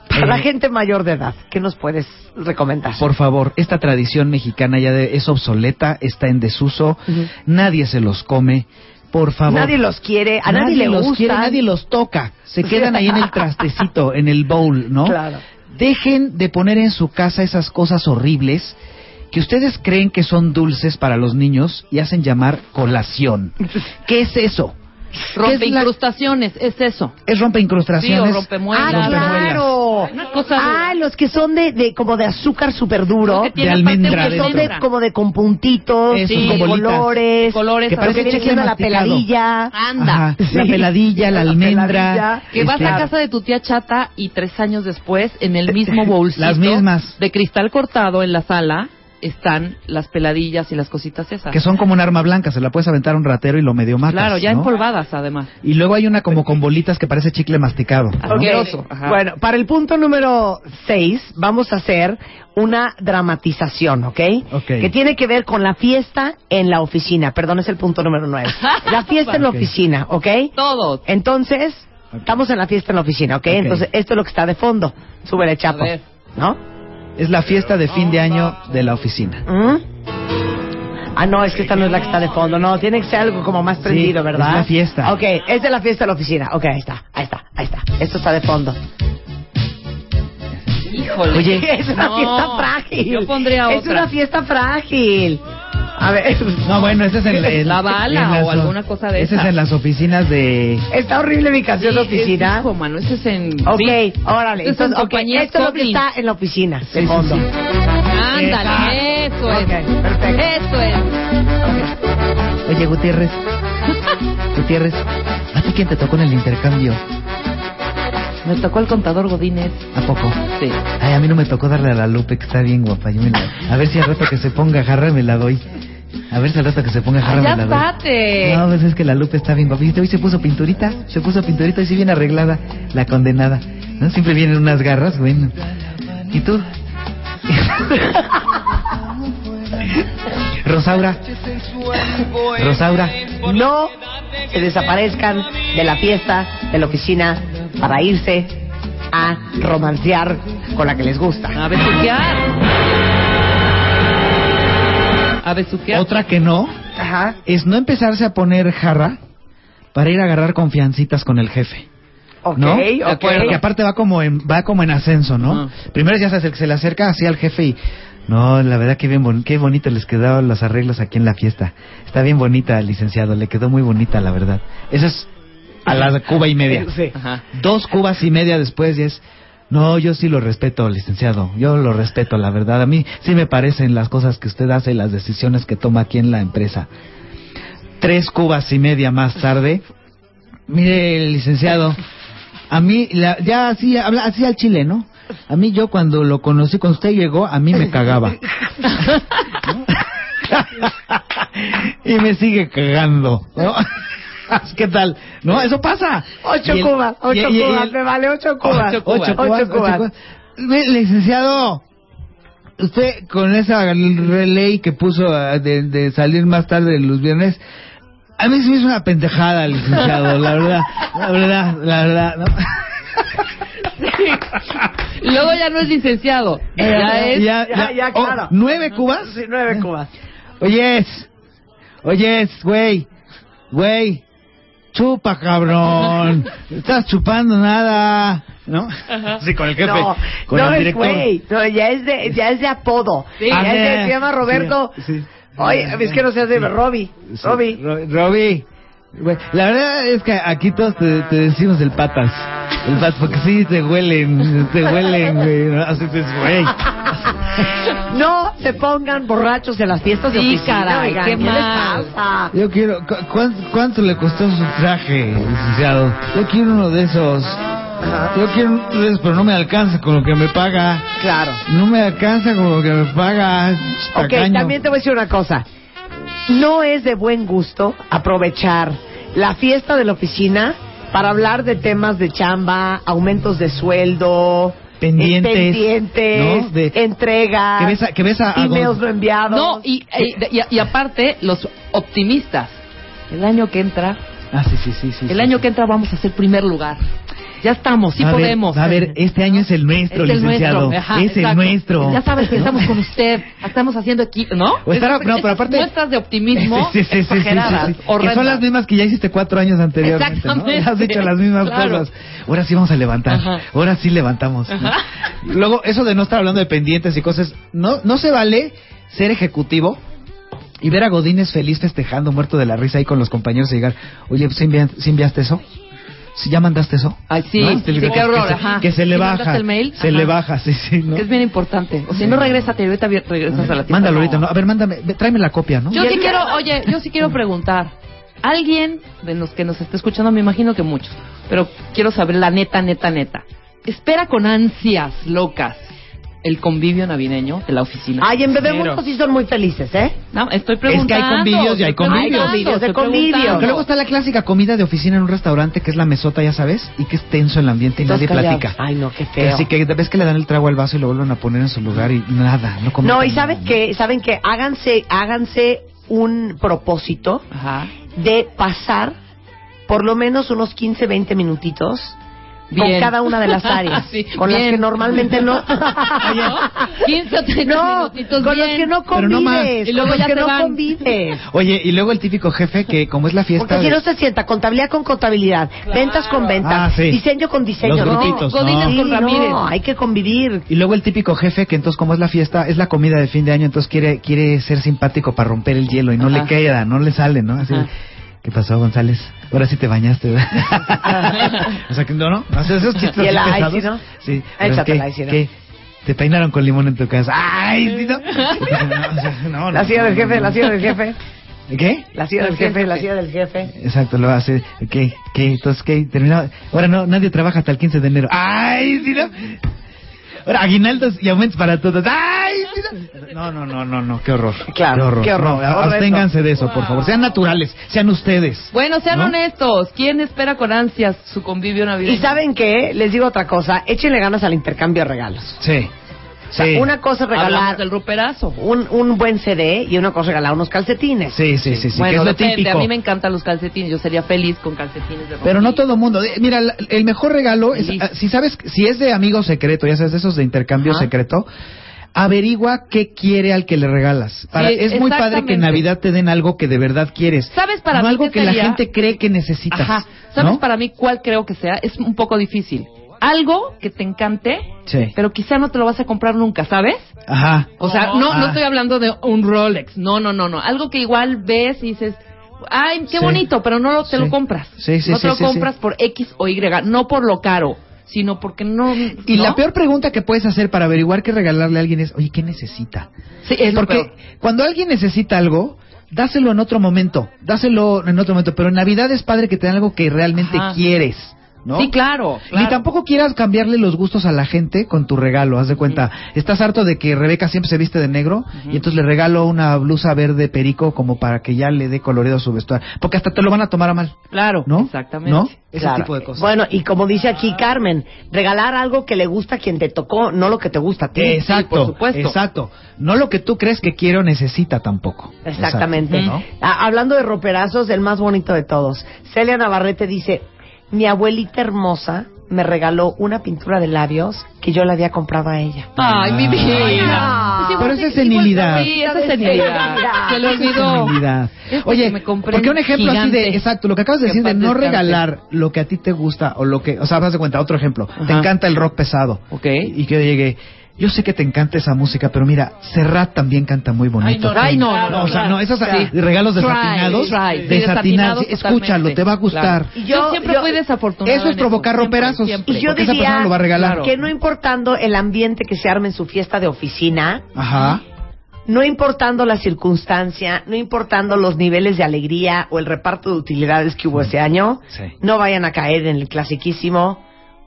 Speaker 8: Para
Speaker 6: Eh,
Speaker 8: la gente mayor de edad, ¿qué nos puedes recomendar?
Speaker 6: Por favor, esta tradición mexicana ya de- es obsoleta, está en desuso,
Speaker 8: Ujú.
Speaker 6: nadie se los come, por favor.
Speaker 8: Nadie los quiere, a nadie, le
Speaker 6: los
Speaker 8: gusta.
Speaker 6: quiere, nadie los toca, se quedan ahí en el trastecito, en el bowl, ¿no? Ah,
Speaker 8: Claro.
Speaker 6: Dejen de poner en su casa esas cosas horribles que ustedes creen que son dulces para los niños y hacen llamar colación. ¿Qué es eso? ¿Qué
Speaker 18: Rompe
Speaker 6: es, la-
Speaker 18: incrustaciones, es eso.
Speaker 6: es rompeincrustaciones?
Speaker 18: Sí, o rompemuelas.
Speaker 8: Ah, claro. Ah, los que son de, de como de azúcar súper duro.
Speaker 6: tiene De almendra
Speaker 8: Los que
Speaker 6: dentro.
Speaker 8: son de, como de con puntitos,
Speaker 6: Esos, con
Speaker 8: con
Speaker 6: bolitas.
Speaker 8: colores.
Speaker 6: Colores,
Speaker 8: que
Speaker 6: que parece
Speaker 8: parece viene
Speaker 6: chicle
Speaker 8: siendo la
Speaker 6: masticado.
Speaker 8: peladilla.
Speaker 6: Ajá, La
Speaker 8: Sí.
Speaker 6: peladilla, la almendra.
Speaker 5: Que vas
Speaker 6: este,
Speaker 5: a casa de tu tía chata y tres años después, en el mismo bolsito
Speaker 6: Las mismas.
Speaker 5: de cristal cortado en la sala, están las peladillas y las cositas esas.
Speaker 6: que son como un arma blanca, se la puedes aventar a un ratero y lo medio matas.
Speaker 5: claro, ya
Speaker 6: ¿no?
Speaker 5: empolvadas además.
Speaker 6: Y luego hay una como con bolitas que parece chicle masticado. ¿no?
Speaker 8: Ok.
Speaker 5: Asqueroso, Ah, ajá.
Speaker 8: Bueno, para el punto número 6 vamos a hacer una dramatización, ¿ok?
Speaker 6: Ok.
Speaker 8: Que tiene que ver con la fiesta en la oficina. Perdón, es el punto número 9. La fiesta en la
Speaker 6: Ok.
Speaker 8: oficina, ¿ok?
Speaker 5: Todos.
Speaker 8: Entonces, estamos en la fiesta en la oficina, ¿ok?
Speaker 6: Ok.
Speaker 8: Entonces, esto es lo que está de fondo. Súbele, chapo.
Speaker 5: ver.
Speaker 8: ¿No?
Speaker 6: Es la fiesta de fin de año de la oficina.
Speaker 8: ¿Mm? Ah, no, es que esta no es la que está de fondo. No, tiene que ser algo como más prendido,
Speaker 6: es
Speaker 8: ¿verdad?
Speaker 6: la fiesta.
Speaker 8: Ok, es de la fiesta de la oficina. Ok, ahí está, ahí está, ahí está. Esto está de fondo.
Speaker 5: Híjole.
Speaker 6: Oye,
Speaker 8: Es una
Speaker 5: No,
Speaker 8: fiesta frágil.
Speaker 5: yo pondría
Speaker 8: Es
Speaker 5: otra.
Speaker 8: una fiesta frágil. A ver,
Speaker 6: no, bueno, ese es en, en-
Speaker 5: La bala
Speaker 6: en las
Speaker 5: o alguna cosa de
Speaker 6: Ese
Speaker 5: esas.
Speaker 6: es en las oficinas de...
Speaker 8: está horrible mi
Speaker 5: Sí,
Speaker 8: canción de
Speaker 5: es-
Speaker 8: oficina.
Speaker 5: hijo, mano, ese es en...
Speaker 8: Ok,
Speaker 5: sí.
Speaker 8: órale.
Speaker 5: Ese es en
Speaker 8: Entonces, ok,
Speaker 5: compañía
Speaker 8: esto es lo que
Speaker 5: Scotland.
Speaker 8: está en la oficina, de fondo.
Speaker 5: Ándale, eso es.
Speaker 8: Ok, perfecto.
Speaker 5: Eso es.
Speaker 6: Oye, Gutiérrez. Gutiérrez, ¿a ti quién te tocó en el intercambio?
Speaker 5: Me tocó el contador Godínez.
Speaker 6: ¿A poco?
Speaker 5: Sí.
Speaker 6: Ay, a mí no me tocó darle a la Lupe, que está bien guapa. Yo me la- A ver si al rato que se ponga jarra me la doy. A ver si al rato que se ponga jarra
Speaker 5: Ay, ya
Speaker 6: me la doy.
Speaker 5: estate.
Speaker 6: No, pues es que la Lupe está bien guapa. Y Hoy se puso pinturita, se puso pinturita y sí bien arreglada, la condenada. ¿No? Siempre vienen unas garras, bueno. ¿Y tú? Rosaura. Rosaura.
Speaker 8: No se desaparezcan de la fiesta, de la oficina, para irse a romancear con la que les gusta.
Speaker 5: A besuquear. A besuquear.
Speaker 6: Otra que no
Speaker 8: Ajá.
Speaker 6: es no empezarse a poner jarra para ir a agarrar confiancitas con el jefe.
Speaker 8: Ok, Ah.
Speaker 6: ¿no?
Speaker 8: ok.
Speaker 6: Porque aparte va como en, va como en ascenso, ¿no?
Speaker 5: Ajá.
Speaker 6: Primero ya sabes, el que se le acerca así al jefe y... No, la verdad que bien bon- qué bonito les quedaron los arreglos aquí en la fiesta. Está bien bonita, licenciado, le quedó muy bonita, la verdad. Eso es a la cuba y media.
Speaker 8: Sí.
Speaker 5: Ajá.
Speaker 6: Dos cubas y media después ya es... No, yo sí lo respeto, licenciado. Yo lo respeto, la verdad. A mí sí me parecen las cosas que usted hace y las decisiones que toma aquí en la empresa. Tres cubas y media más tarde, Mire, licenciado, a mí, la- ya así, habla, así al chile, ¿no?
Speaker 19: A mí yo cuando lo conocí, cuando usted llegó, a mí me cagaba. y me sigue cagando. ¿no? ¿Qué tal? No, eso pasa.
Speaker 8: Ocho
Speaker 19: Y el-
Speaker 8: cubas, ocho
Speaker 19: y- y- y
Speaker 8: cubas,
Speaker 19: el-
Speaker 8: me vale ocho cubas.
Speaker 19: Ocho cubas. ocho cubas. Ve, Licenciado, usted con esa relay que puso ah, de, de salir más tarde los viernes, a mí se me hizo una pendejada, licenciado, la verdad, la verdad, la verdad. ¿no?
Speaker 5: Luego ya no es licenciado. Ya es.
Speaker 19: oh, ¿Nueve cubas?
Speaker 8: Sí, nueve cubas.
Speaker 19: Oyes, oyes, güey, güey, chupa, cabrón. Estás chupando nada, ¿no? Sí, con el jefe,
Speaker 8: No,
Speaker 19: con
Speaker 8: no
Speaker 19: el
Speaker 8: es
Speaker 19: director.
Speaker 8: güey, no, ya es de, ya es de apodo.
Speaker 19: A
Speaker 8: ya es de-
Speaker 19: ver.
Speaker 8: se llama Roberto.
Speaker 19: Sí, sí.
Speaker 8: Oye, es que no se hace Robbie.
Speaker 19: Sí,
Speaker 8: Robbie.
Speaker 19: Ro- Robbie. Güey, La verdad es que aquí todos te, te decimos el patas. El patas, porque sí, te huelen, te huelen, güey. ¿no? Así que es, güey.
Speaker 8: No se pongan borrachos en las fiestas de
Speaker 5: Sí,
Speaker 8: oficina.
Speaker 5: caray,
Speaker 8: oigan,
Speaker 5: qué
Speaker 8: ¿qué les
Speaker 5: mal.
Speaker 8: pasa?
Speaker 19: Yo quiero. cu- ¿cuánto, cuánto le costó su traje, licenciado? Yo quiero uno de esos. Yo quiero uno de esos, pero no me alcanza con lo que me paga.
Speaker 8: Claro.
Speaker 19: No me alcanza con lo que me paga.
Speaker 8: Ok,
Speaker 19: tacaño.
Speaker 8: también te voy a decir una cosa. No es de buen gusto aprovechar la fiesta de la oficina para hablar de temas de chamba, aumentos de sueldo,
Speaker 19: Pendientes,
Speaker 8: eh, pendientes,
Speaker 19: ¿no? De-
Speaker 8: entregas,
Speaker 19: que ves a- que ves a- a
Speaker 8: emails
Speaker 19: Gon-
Speaker 8: no enviados.
Speaker 5: No, y, y- y- y aparte, los optimistas. El año que entra,
Speaker 19: Ah, sí, sí, sí. sí
Speaker 5: el
Speaker 19: sí.
Speaker 5: año que entra vamos a ser primer lugar. Ya estamos, sí
Speaker 19: a ver,
Speaker 5: podemos.
Speaker 19: a ver, este año es el nuestro,
Speaker 5: Es el
Speaker 19: licenciado.
Speaker 5: nuestro, ajá,
Speaker 19: es el
Speaker 5: exacto.
Speaker 19: nuestro.
Speaker 5: Ya sabes que estamos con usted, estamos haciendo aquí, ¿no?
Speaker 19: O estar-
Speaker 5: Esas-
Speaker 19: no, pero
Speaker 5: esas
Speaker 19: aparte-
Speaker 5: muestras de optimismo
Speaker 19: Sí, sí, sí, sí, sí,
Speaker 5: exageradas,
Speaker 19: sí, sí. Que
Speaker 5: horrendas.
Speaker 19: son las mismas que ya hiciste cuatro años anteriormente. ¿no?
Speaker 5: Exactamente.
Speaker 19: Has dicho las mismas
Speaker 5: Claro.
Speaker 19: cosas. Ahora sí vamos a levantar.
Speaker 5: Ajá.
Speaker 19: Ahora sí levantamos. ¿no? Luego, eso de no estar hablando de pendientes y cosas. No, no se vale ser ejecutivo. Y ver a Godínez feliz festejando, muerto de la risa ahí con los compañeros y llegar, oye, pues, ¿sí, envía- sí enviaste eso? ¿Sí ya mandaste eso?
Speaker 5: Ay, sí,
Speaker 19: ¿No?
Speaker 5: sí,
Speaker 19: Este,
Speaker 5: qué
Speaker 19: que- que
Speaker 5: horror,
Speaker 19: se-
Speaker 5: ajá.
Speaker 19: Que se le
Speaker 5: ¿Sí
Speaker 19: baja.
Speaker 5: mandaste el mail?
Speaker 19: Se le
Speaker 5: Ajá.
Speaker 19: baja, sí, sí. ¿no?
Speaker 5: Es bien importante. O sea, no regrésate, ahorita vi- regresas a la tienda.
Speaker 19: Mándalo
Speaker 5: No.
Speaker 19: ahorita, ¿no? A ver, mándame, ve, tráeme la copia, ¿no?
Speaker 5: Yo sí quiero, oye, yo sí quiero preguntar. Alguien de los que nos está escuchando, me imagino que muchos, pero quiero saber la neta, neta, neta. Espera con ansias locas el convivio navideño de la oficina.
Speaker 8: Ay, en
Speaker 5: Cero.
Speaker 8: Bebemundo sí son muy felices, ¿eh?
Speaker 5: No, estoy
Speaker 19: Es
Speaker 5: preguntando.
Speaker 19: que hay convivios y hay
Speaker 5: estoy
Speaker 19: convivios.
Speaker 5: preguntando,
Speaker 8: Hay convivios,
Speaker 5: estoy
Speaker 8: hay convivios.
Speaker 5: preguntando.
Speaker 19: Porque luego está la clásica comida de oficina en un restaurante que es la mesota, ya sabes, y que es tenso el ambiente y
Speaker 8: Todos
Speaker 19: nadie
Speaker 8: callados.
Speaker 19: platica.
Speaker 8: Ay, no, qué
Speaker 19: Que
Speaker 8: feo.
Speaker 19: Así que ves que le dan el trago al vaso y lo vuelven a poner en su lugar y nada, no comentan
Speaker 8: No, y
Speaker 19: nada,
Speaker 8: sabes
Speaker 19: ¿no?
Speaker 8: que, saben que háganse, háganse un propósito
Speaker 5: Ajá.
Speaker 8: de pasar por lo menos unos 15, 20 minutitos
Speaker 5: Bien.
Speaker 8: con cada una de las áreas,
Speaker 5: Sí,
Speaker 8: con las
Speaker 5: bien.
Speaker 8: que normalmente no.
Speaker 5: ¿No? 15 o 30
Speaker 8: No,
Speaker 5: minutitos
Speaker 8: con
Speaker 5: bien.
Speaker 8: los que no
Speaker 19: Pero no más.
Speaker 8: convives,
Speaker 5: Y luego
Speaker 8: con
Speaker 5: ya
Speaker 8: los que
Speaker 5: te
Speaker 8: no
Speaker 5: van.
Speaker 8: convives.
Speaker 19: Oye, y luego el típico jefe que como es la
Speaker 8: Porque
Speaker 19: fiesta
Speaker 8: si
Speaker 19: de-
Speaker 8: no se sienta contabilidad con contabilidad, ventas con ventas,
Speaker 19: Ah, sí.
Speaker 8: diseño con diseño,
Speaker 19: Los
Speaker 8: no.
Speaker 19: grupitos, ¿no?
Speaker 8: Sí,
Speaker 5: con Ramírez.
Speaker 8: no, hay que convivir.
Speaker 19: y luego el típico jefe que entonces como es la fiesta, es la comida de fin de año, entonces quiere quiere ser simpático para romper el hielo y no
Speaker 5: Ajá.
Speaker 19: le queda, no le sale, ¿no? Así,
Speaker 5: Ajá.
Speaker 19: ¿qué pasó, González? Ahora sí te bañaste. ¿verdad? o sea, que no, no, o sea, esos chistes
Speaker 8: Y el
Speaker 19: así
Speaker 8: ay,
Speaker 19: pesados.
Speaker 8: sí, ¿no?
Speaker 19: Sí,
Speaker 8: Ay,
Speaker 19: pero es
Speaker 8: échatela,
Speaker 19: que-
Speaker 8: ay, sí, ¿no?
Speaker 19: que te peinaron con limón en tu casa. Ay, sí, no. No, o sea, no,
Speaker 8: La
Speaker 19: no,
Speaker 8: silla del
Speaker 19: no,
Speaker 8: jefe,
Speaker 19: no.
Speaker 8: la silla del jefe,
Speaker 19: ¿Qué?
Speaker 8: la silla del jefe, la silla Ah, del jefe.
Speaker 19: Exacto, lo hace. ¿Qué? ¿Qué? Entonces, ¿qué? Terminado. Ahora no, nadie trabaja hasta el 15 de enero. ¡Ay, sí, no! Ahora, aguinaldos y aumentos para todos. ¡Ay, sí, no! No, no, no, no, no, qué horror.
Speaker 8: Claro, qué horror,
Speaker 19: No,
Speaker 8: horror
Speaker 19: absténganse de eso, por favor. Sean naturales, sean ustedes.
Speaker 5: Bueno, sean
Speaker 19: ¿No?
Speaker 5: honestos. ¿Quién espera con ansias su convivio navideño?
Speaker 8: Y saben qué, les digo otra cosa, échenle ganas al intercambio de regalos.
Speaker 19: Sí.
Speaker 8: O sea,
Speaker 19: Sí.
Speaker 8: una cosa es
Speaker 5: Hablamos
Speaker 8: regalar
Speaker 5: del ruperazo.
Speaker 8: un, un buen CD y una cosa es regalar unos calcetines.
Speaker 19: Sí, sí, sí, sí, que
Speaker 5: bueno,
Speaker 19: es lo
Speaker 5: depende.
Speaker 19: típico.
Speaker 5: A mí me encantan los calcetines. Yo sería feliz con calcetines de
Speaker 19: Pero no
Speaker 5: rompí.
Speaker 19: todo mundo. Eh, Mira, la- el mejor regalo es,
Speaker 5: Sí.
Speaker 19: ah, si sabes, si es de amigo secreto, ya sabes, de esos de intercambio
Speaker 5: Ajá.
Speaker 19: secreto, averigua qué quiere al que le regalas. Para-
Speaker 5: Sí,
Speaker 19: es muy padre que en
Speaker 5: exactamente.
Speaker 19: Navidad te den algo que de verdad quieres.
Speaker 5: ¿Sabes para
Speaker 19: no
Speaker 5: mí
Speaker 19: algo
Speaker 5: qué
Speaker 19: que
Speaker 5: sería?
Speaker 19: la gente cree que necesitas.
Speaker 5: Ajá. ¿Sabes
Speaker 19: ¿no?
Speaker 5: para mí cuál creo que sea? Es un poco difícil. Algo que te encante,
Speaker 19: Sí.
Speaker 5: pero quizá no te lo vas a comprar nunca, ¿sabes?
Speaker 19: Ajá.
Speaker 5: O sea, no, no
Speaker 19: Ah.
Speaker 5: estoy hablando de un Rolex. No, no, no, no. Algo que igual ves y dices, ay, qué
Speaker 19: Sí.
Speaker 5: bonito, pero no lo- te
Speaker 19: Sí.
Speaker 5: lo compras.
Speaker 19: Sí, sí,
Speaker 5: no
Speaker 19: sí,
Speaker 5: te lo
Speaker 19: sí,
Speaker 5: compras
Speaker 19: sí.
Speaker 5: por X o Y, no por lo caro, sino porque no.
Speaker 19: Y
Speaker 5: ¿no?
Speaker 19: la peor pregunta que puedes hacer para averiguar qué regalarle a alguien es, oye, ¿qué necesita?
Speaker 5: Sí, es lo
Speaker 19: Porque
Speaker 5: peor.
Speaker 19: cuando alguien necesita algo, dáselo en otro momento, dáselo en otro momento, pero en Navidad es padre que te den algo que realmente
Speaker 5: Ajá.
Speaker 19: quieres, ¿no?
Speaker 8: Sí, claro,
Speaker 19: Ni tampoco quieras cambiarle los gustos a la gente con tu regalo. Haz de cuenta, estás harto de que Rebeca siempre se viste de negro y entonces le regalo una blusa verde perico como para que ya le dé colorido a su vestuario. Porque hasta te lo van a tomar a mal.
Speaker 8: Claro,
Speaker 19: ¿no?
Speaker 8: exactamente.
Speaker 19: ¿No? Ese
Speaker 4: Claro.
Speaker 19: tipo de cosas.
Speaker 4: Bueno, y como dice aquí Carmen, regalar algo que le gusta a quien te tocó, no lo que te gusta a ti.
Speaker 19: exacto, exacto. No lo que tú crees que quiero necesita tampoco.
Speaker 4: Exactamente.
Speaker 19: Exacto, ¿no?
Speaker 4: A- Ah, Hablando de roperazos, el más bonito de todos. Celia Navarrete dice, mi abuelita hermosa me regaló una pintura de labios que yo le había comprado a ella.
Speaker 8: Ay, mi
Speaker 5: Pues
Speaker 8: vida.
Speaker 4: Ay,
Speaker 19: Ah. Pero esa es senilidad.
Speaker 8: Sí, esa es senilidad. Se lo
Speaker 19: Esa es
Speaker 8: olvidó.
Speaker 19: senilidad.
Speaker 8: Es que
Speaker 19: Oye,
Speaker 8: me compré
Speaker 19: porque un
Speaker 8: un
Speaker 19: ejemplo así de,
Speaker 8: gigante.
Speaker 19: exacto, lo que acabas de
Speaker 8: Que
Speaker 19: decir de
Speaker 8: en paz
Speaker 19: no
Speaker 8: descanse.
Speaker 19: regalar lo que a ti te gusta o lo que, o sea, haz de cuenta, otro ejemplo, te encanta el rock pesado.
Speaker 8: Ok.
Speaker 19: Y que llegue, yo sé que te encanta esa música, pero mira, Serrat también canta muy bonito.
Speaker 8: Ay, no, ay, no, no, no,
Speaker 19: o sea,
Speaker 8: claro.
Speaker 19: no, esos
Speaker 8: Sí.
Speaker 19: regalos
Speaker 8: Try, try.
Speaker 19: desatinados,
Speaker 8: Sí,
Speaker 19: desatinados,
Speaker 8: desatinados
Speaker 19: escúchalo,
Speaker 8: totalmente.
Speaker 19: te va a gustar.
Speaker 8: Claro. Yo siempre fui desafortunada
Speaker 19: Eso es
Speaker 8: en
Speaker 19: provocar
Speaker 8: siempre,
Speaker 19: roperazos.
Speaker 8: siempre.
Speaker 4: Y yo
Speaker 19: Porque esa
Speaker 4: diría
Speaker 19: persona lo va a regalar.
Speaker 4: que no importando el ambiente que se arme en su fiesta de oficina,
Speaker 19: Ajá.
Speaker 4: no importando la circunstancia, no importando los niveles de alegría o el reparto de utilidades que hubo ese año, no vayan a caer en el clasiquísimo.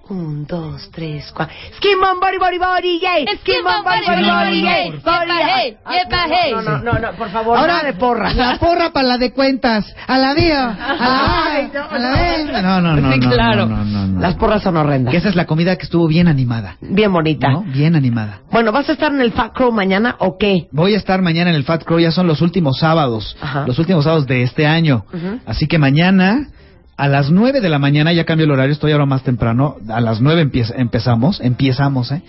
Speaker 4: Un, dos, tres, cuatro. Skin on body, body, body, yay. Skin on body, body, body, yay. Body, yay. Ay, No, no, no, no, por favor,
Speaker 19: Ahora,
Speaker 4: Ahora, de porra.
Speaker 19: La porra para la de cuentas. A la día.
Speaker 4: Ay, no,
Speaker 19: A la, a la
Speaker 4: no.
Speaker 19: de- No, no, no.
Speaker 4: Sí,
Speaker 19: no,
Speaker 4: claro.
Speaker 19: no, no, no.
Speaker 4: Las porras son horrendas.
Speaker 19: Que esa es la comida que estuvo bien animada.
Speaker 4: Bien bonita.
Speaker 19: ¿no? Bien animada.
Speaker 4: Bueno, ¿vas a estar en el Fat Crow mañana o qué?
Speaker 19: Voy a estar mañana en el Fat Crow. Ya son los últimos sábados.
Speaker 4: Ajá.
Speaker 19: Los últimos sábados de este año.
Speaker 4: Ujú.
Speaker 19: Así que mañana. A las 9 de la mañana, ya cambio el horario, estoy ahora más temprano. A las 9 empie- empezamos, empezamos, ¿eh?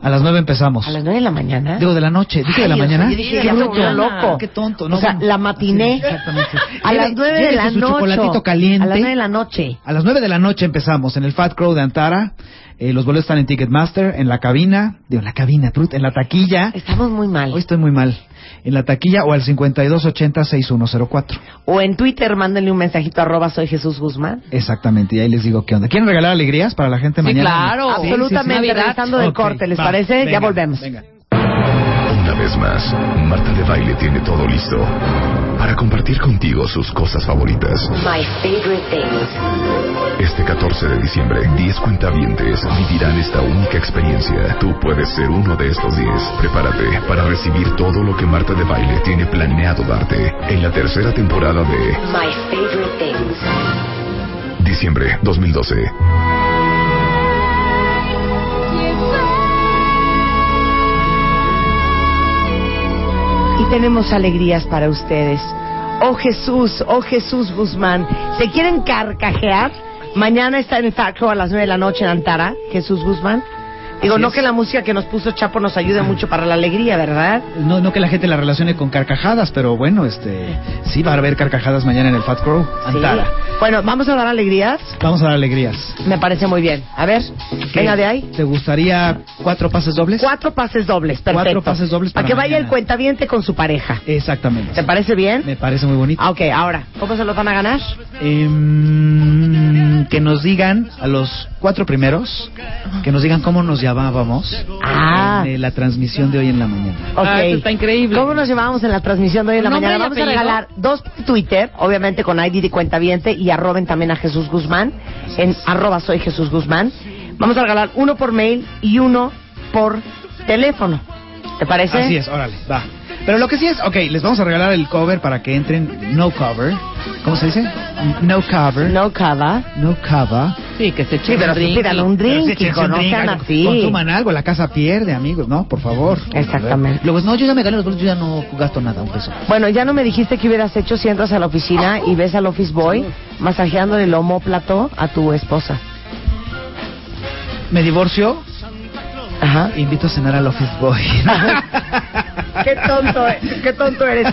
Speaker 19: A las 9 empezamos.
Speaker 4: A las nueve de la mañana.
Speaker 19: Digo, de la noche, dije de la
Speaker 4: Ay, o sea,
Speaker 19: mañana.
Speaker 4: yo dije,
Speaker 19: Qué
Speaker 4: ya me
Speaker 19: bruto.
Speaker 4: volvió loco.
Speaker 19: Qué tonto, ¿no?
Speaker 4: O sea,
Speaker 19: Bueno.
Speaker 4: la matiné. A las nueve de
Speaker 19: Llévese
Speaker 4: la
Speaker 19: su
Speaker 4: noche.
Speaker 19: chocolatito caliente.
Speaker 4: A las nueve de la noche.
Speaker 19: A las 9 de la noche empezamos en el Fat Crow de Antara. Eh, los boletos están en Ticketmaster, en la cabina, digo, en la cabina, trut, en la taquilla.
Speaker 4: Estamos muy mal.
Speaker 19: Hoy estoy muy mal. En la taquilla o al 5280-6104.
Speaker 4: O en Twitter, mándenle un mensajito arroba soy Jesús Guzmán.
Speaker 19: Exactamente, y ahí les digo qué onda. ¿Quieren regalar alegrías para la gente mañana?
Speaker 4: Absolutamente.
Speaker 8: Navidad.
Speaker 4: Regresando del
Speaker 19: Ok,
Speaker 4: corte, ¿les
Speaker 19: va,
Speaker 4: parece? ya
Speaker 19: venga,
Speaker 4: volvemos.
Speaker 1: Una vez más, Marta de Baile tiene todo listo para compartir contigo sus cosas favoritas.
Speaker 9: My favorite things.
Speaker 1: Este 14 de diciembre, 10 cuentavientes vivirán esta única experiencia. Tú puedes ser uno de estos 10. Prepárate para recibir todo lo que Marta de Baile tiene planeado darte en la tercera temporada de
Speaker 9: My favorite things.
Speaker 1: Diciembre 2012.
Speaker 4: Y tenemos alegrías para ustedes. Oh Jesús, oh Jesús Guzmán. ¿Se quieren carcajear? Mañana está en el Fat Crow a las nueve de la noche en Antara. Jesús Guzmán. Digo,
Speaker 19: Así
Speaker 4: no
Speaker 19: es.
Speaker 4: que la música que nos puso Chapo nos ayude mucho para la alegría, ¿verdad?
Speaker 19: No, no que la gente la relacione con carcajadas, pero bueno, este, sí va a haber carcajadas mañana en el Fat Crow, Antara.
Speaker 4: Sí. Bueno, vamos a dar alegrías.
Speaker 19: Vamos a dar alegrías.
Speaker 4: Me parece muy bien. A ver, venga de ahí.
Speaker 19: ¿Te gustaría cuatro pases dobles?
Speaker 4: Cuatro pases dobles, perfecto.
Speaker 19: Cuatro pases dobles
Speaker 4: Para
Speaker 19: para
Speaker 4: que vaya
Speaker 19: mañana.
Speaker 4: el cuentaviente con su pareja.
Speaker 19: Exactamente.
Speaker 4: ¿Te parece bien?
Speaker 19: Me parece muy bonito.
Speaker 4: Ah, ok, ahora, ¿cómo se los van a ganar?
Speaker 19: Em, que nos digan a los cuatro primeros, que nos digan cómo nos llamábamos
Speaker 4: Ah.
Speaker 19: en eh, la transmisión de hoy en la mañana.
Speaker 4: Ok.
Speaker 8: Ah, eso está increíble.
Speaker 4: ¿Cómo nos llevamos en la transmisión de hoy en la
Speaker 8: ¿Nombre
Speaker 4: mañana?
Speaker 8: y
Speaker 4: Vamos a
Speaker 8: apellido?
Speaker 4: regalar dos Twitter, obviamente con ID de cuentaviente y arroben también a Jesús Guzmán, en arroba soy Jesús Guzmán. Vamos a regalar uno por mail y uno por teléfono. ¿Te parece?
Speaker 19: Así es, órale, va. Pero lo que sí es, ok, les vamos a regalar el cover para que entren no cover. ¿Cómo se dice? No cover.
Speaker 4: No cava.
Speaker 19: No cava.
Speaker 8: Sí, que se
Speaker 4: Sí,
Speaker 8: echen
Speaker 4: pero
Speaker 8: un drink.
Speaker 4: sí, pidan un
Speaker 19: Pero sí,
Speaker 4: drink,
Speaker 19: échense
Speaker 4: hijo,
Speaker 19: un
Speaker 4: no
Speaker 19: drink,
Speaker 4: sean
Speaker 19: algo,
Speaker 4: así.
Speaker 19: Consuman algo, la casa pierde, amigos, ¿no? Por favor.
Speaker 4: Exactamente.
Speaker 19: Luego, no, yo ya me gané los boletos, yo ya no gasto nada, un peso.
Speaker 4: Bueno, ya no me dijiste que hubieras hecho si entras a la oficina y ves al office boy masajeando el homóplato a tu esposa.
Speaker 19: Me divorcio,
Speaker 4: Ajá.
Speaker 19: invito a cenar al office boy.
Speaker 4: Qué tonto, qué tonto eres.